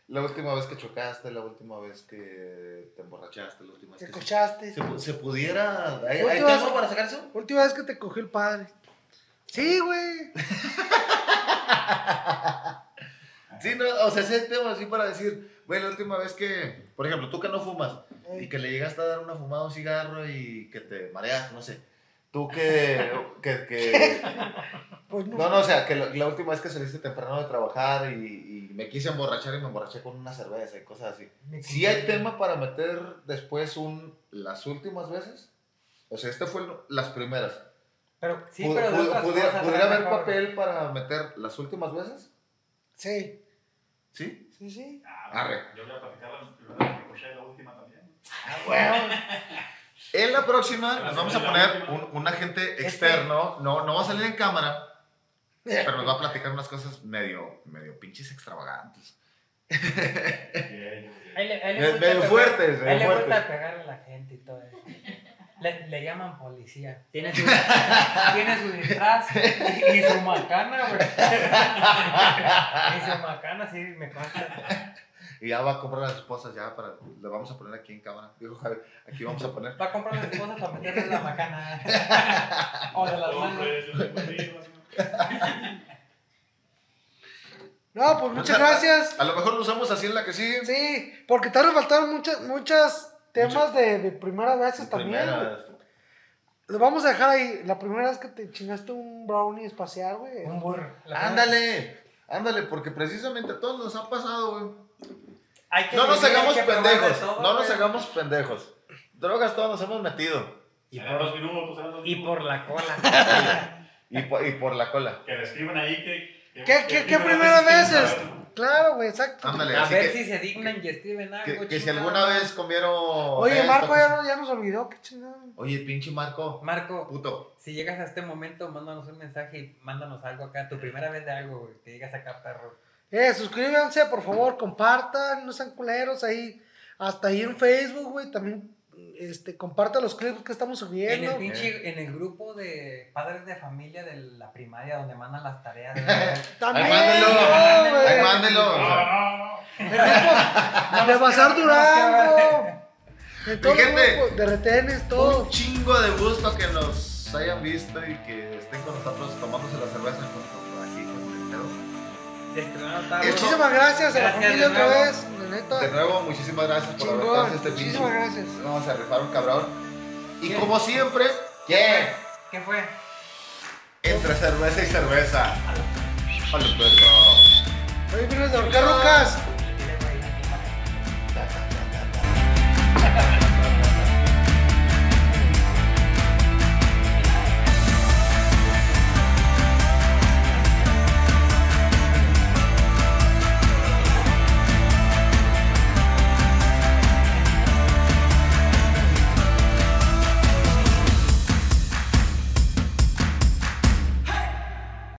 Speaker 1: La última vez que chocaste, la última vez que te emborrachaste, la última vez
Speaker 3: Te
Speaker 1: que... Se,
Speaker 3: cochaste.
Speaker 1: se pu- se pudiera... ¿Hay, hay
Speaker 3: Últimas-
Speaker 1: tema para sacar eso?
Speaker 3: Última vez que te cogió el padre. Sí, güey.
Speaker 1: Sí, no, o sea, ese tema así para decir, güey, la última vez que, por ejemplo, tú que no fumas y
Speaker 3: Eh,
Speaker 1: que le llegaste a dar una fumada a un cigarro y que te mareaste, no sé. Tú que, que, que
Speaker 3: Pues no.
Speaker 1: No, no, o sea, que la, la última vez que saliste temprano de trabajar y, y me quise emborrachar y me emborraché con una cerveza y cosas así.
Speaker 2: Mi
Speaker 1: Si hay
Speaker 2: cumpleaños.
Speaker 1: tema para meter después un las últimas veces. O sea, este fue lo- las primeras.
Speaker 2: Pero, sí,
Speaker 1: Pu-
Speaker 2: pero de
Speaker 1: pu-
Speaker 2: otras
Speaker 1: pudiera,
Speaker 2: cosas,
Speaker 1: pudiera
Speaker 2: a lo
Speaker 1: haber
Speaker 2: mejor.
Speaker 1: papel para meter las últimas veces?
Speaker 3: Sí,
Speaker 1: ¿Sí?
Speaker 3: sí, sí.
Speaker 1: Arre.
Speaker 5: Yo voy a platicar la primera que escuché y la última también.
Speaker 2: Ah,
Speaker 1: <laughs> En la próxima nos vamos a poner un, un
Speaker 2: Este.
Speaker 1: agente externo. No, no va a salir en
Speaker 2: <laughs>
Speaker 1: cámara, pero nos va a platicar unas cosas medio, medio pinches extravagantes.
Speaker 5: Bien, bien.
Speaker 2: Ahí le- ahí le
Speaker 1: Medio
Speaker 2: gusta pegar-
Speaker 1: fuertes, medio
Speaker 2: Ahí le
Speaker 1: fuertes.
Speaker 2: gusta pegarle a la gente y todo eso. Le, le llaman policía. Tiene su, <laughs> tiene su disfraz y, y su macana, güey. <laughs> Y su macana, sí, me consta.
Speaker 1: Y ya va a comprar a las esposas, ya para, le vamos a poner aquí en cámara. Dijo Javier, aquí vamos a poner.
Speaker 2: Va a comprar las cosas para meterle la macana. O de las manos.
Speaker 5: Hombres, yo tengo amigos, ¿no?
Speaker 3: No, pues muchas gracias.
Speaker 1: A lo mejor lo usamos así en la que sigue.
Speaker 3: Sí, porque tal vez faltaron muchas, muchas temas de, de primeras veces también. güey.
Speaker 1: Primera.
Speaker 3: Lo vamos a dejar ahí. La primera vez que te chingaste un brownie espacial, güey.
Speaker 2: Un burro. La-
Speaker 1: Ándale, ándale, porque precisamente a todos nos ha pasado, güey.
Speaker 2: Hay que
Speaker 1: No nos
Speaker 2: vivir, hay
Speaker 1: hagamos
Speaker 2: que probar de
Speaker 1: pendejos,
Speaker 2: todo,
Speaker 1: no nos
Speaker 2: güey.
Speaker 1: hagamos pendejos. Drogas todos nos hemos metido.
Speaker 2: Y
Speaker 5: Serán dos
Speaker 2: por,
Speaker 5: minutos, serán dos
Speaker 2: y
Speaker 5: minutos.
Speaker 2: por la
Speaker 1: <laughs>
Speaker 2: cola.
Speaker 1: Y
Speaker 2: Ah.
Speaker 1: por, y por la cola.
Speaker 5: Que le escriban ahí que.
Speaker 3: ¿Qué, qué, qué, primeras veces?
Speaker 5: quieren
Speaker 3: Claro, güey, exacto.
Speaker 1: Ándale,
Speaker 2: A
Speaker 1: así
Speaker 2: ver
Speaker 1: que,
Speaker 2: si se dignan y escriben algo.
Speaker 1: que, que si
Speaker 2: chingada.
Speaker 1: alguna vez comieron.
Speaker 3: Oye,
Speaker 1: esto,
Speaker 3: Marco
Speaker 1: pues-
Speaker 3: ya, no- ya nos olvidó, qué chingada.
Speaker 1: Oye, pinche Marco,
Speaker 2: Marco,
Speaker 1: puto.
Speaker 2: si llegas a este momento, mándanos un mensaje y mándanos algo acá. Tu primera vez de algo, güey, que llegas acá, perro.
Speaker 3: Eh, suscríbanse, por favor, compartan, no sean culeros ahí. Hasta ahí en Facebook, güey, también este, compartan los clips que estamos
Speaker 2: En el,
Speaker 3: subiendo.
Speaker 2: pinche, en el grupo de padres de familia de la primaria donde mandan las
Speaker 1: <laughs>
Speaker 2: tareas. güey.
Speaker 3: También,
Speaker 1: Ahí mándelo,
Speaker 3: no, güey.
Speaker 1: ahí mándelo.
Speaker 5: No,
Speaker 1: o sea.
Speaker 5: no, no.
Speaker 3: El grupo de Bazar Durango. En todo el
Speaker 1: Fíjate.
Speaker 3: grupo de retenes,
Speaker 1: un
Speaker 3: todo.
Speaker 1: chingo de gusto que nos hayan visto y que estén con nosotros tomándose la cerveza con con- aquí con el pedo.
Speaker 2: Estrenaron tarde.
Speaker 1: Eso-
Speaker 3: Muchísimas gracias a la
Speaker 2: Gracias
Speaker 3: familia
Speaker 2: de
Speaker 3: otra
Speaker 2: nuevo.
Speaker 3: vez, la
Speaker 1: De
Speaker 3: neta.
Speaker 1: nuevo, muchísimas gracias por haber
Speaker 3: Chingón,
Speaker 1: estado este pinche.
Speaker 3: muchísimas gracias.
Speaker 1: Vamos a rifar un cabrón. Y
Speaker 2: ¿Qué?
Speaker 1: como siempre, ¿qué?
Speaker 2: ¿Qué fue?
Speaker 1: Entre cerveza y cerveza. Hola, perro.
Speaker 3: Oye, vienes de ahorcar, Lucas.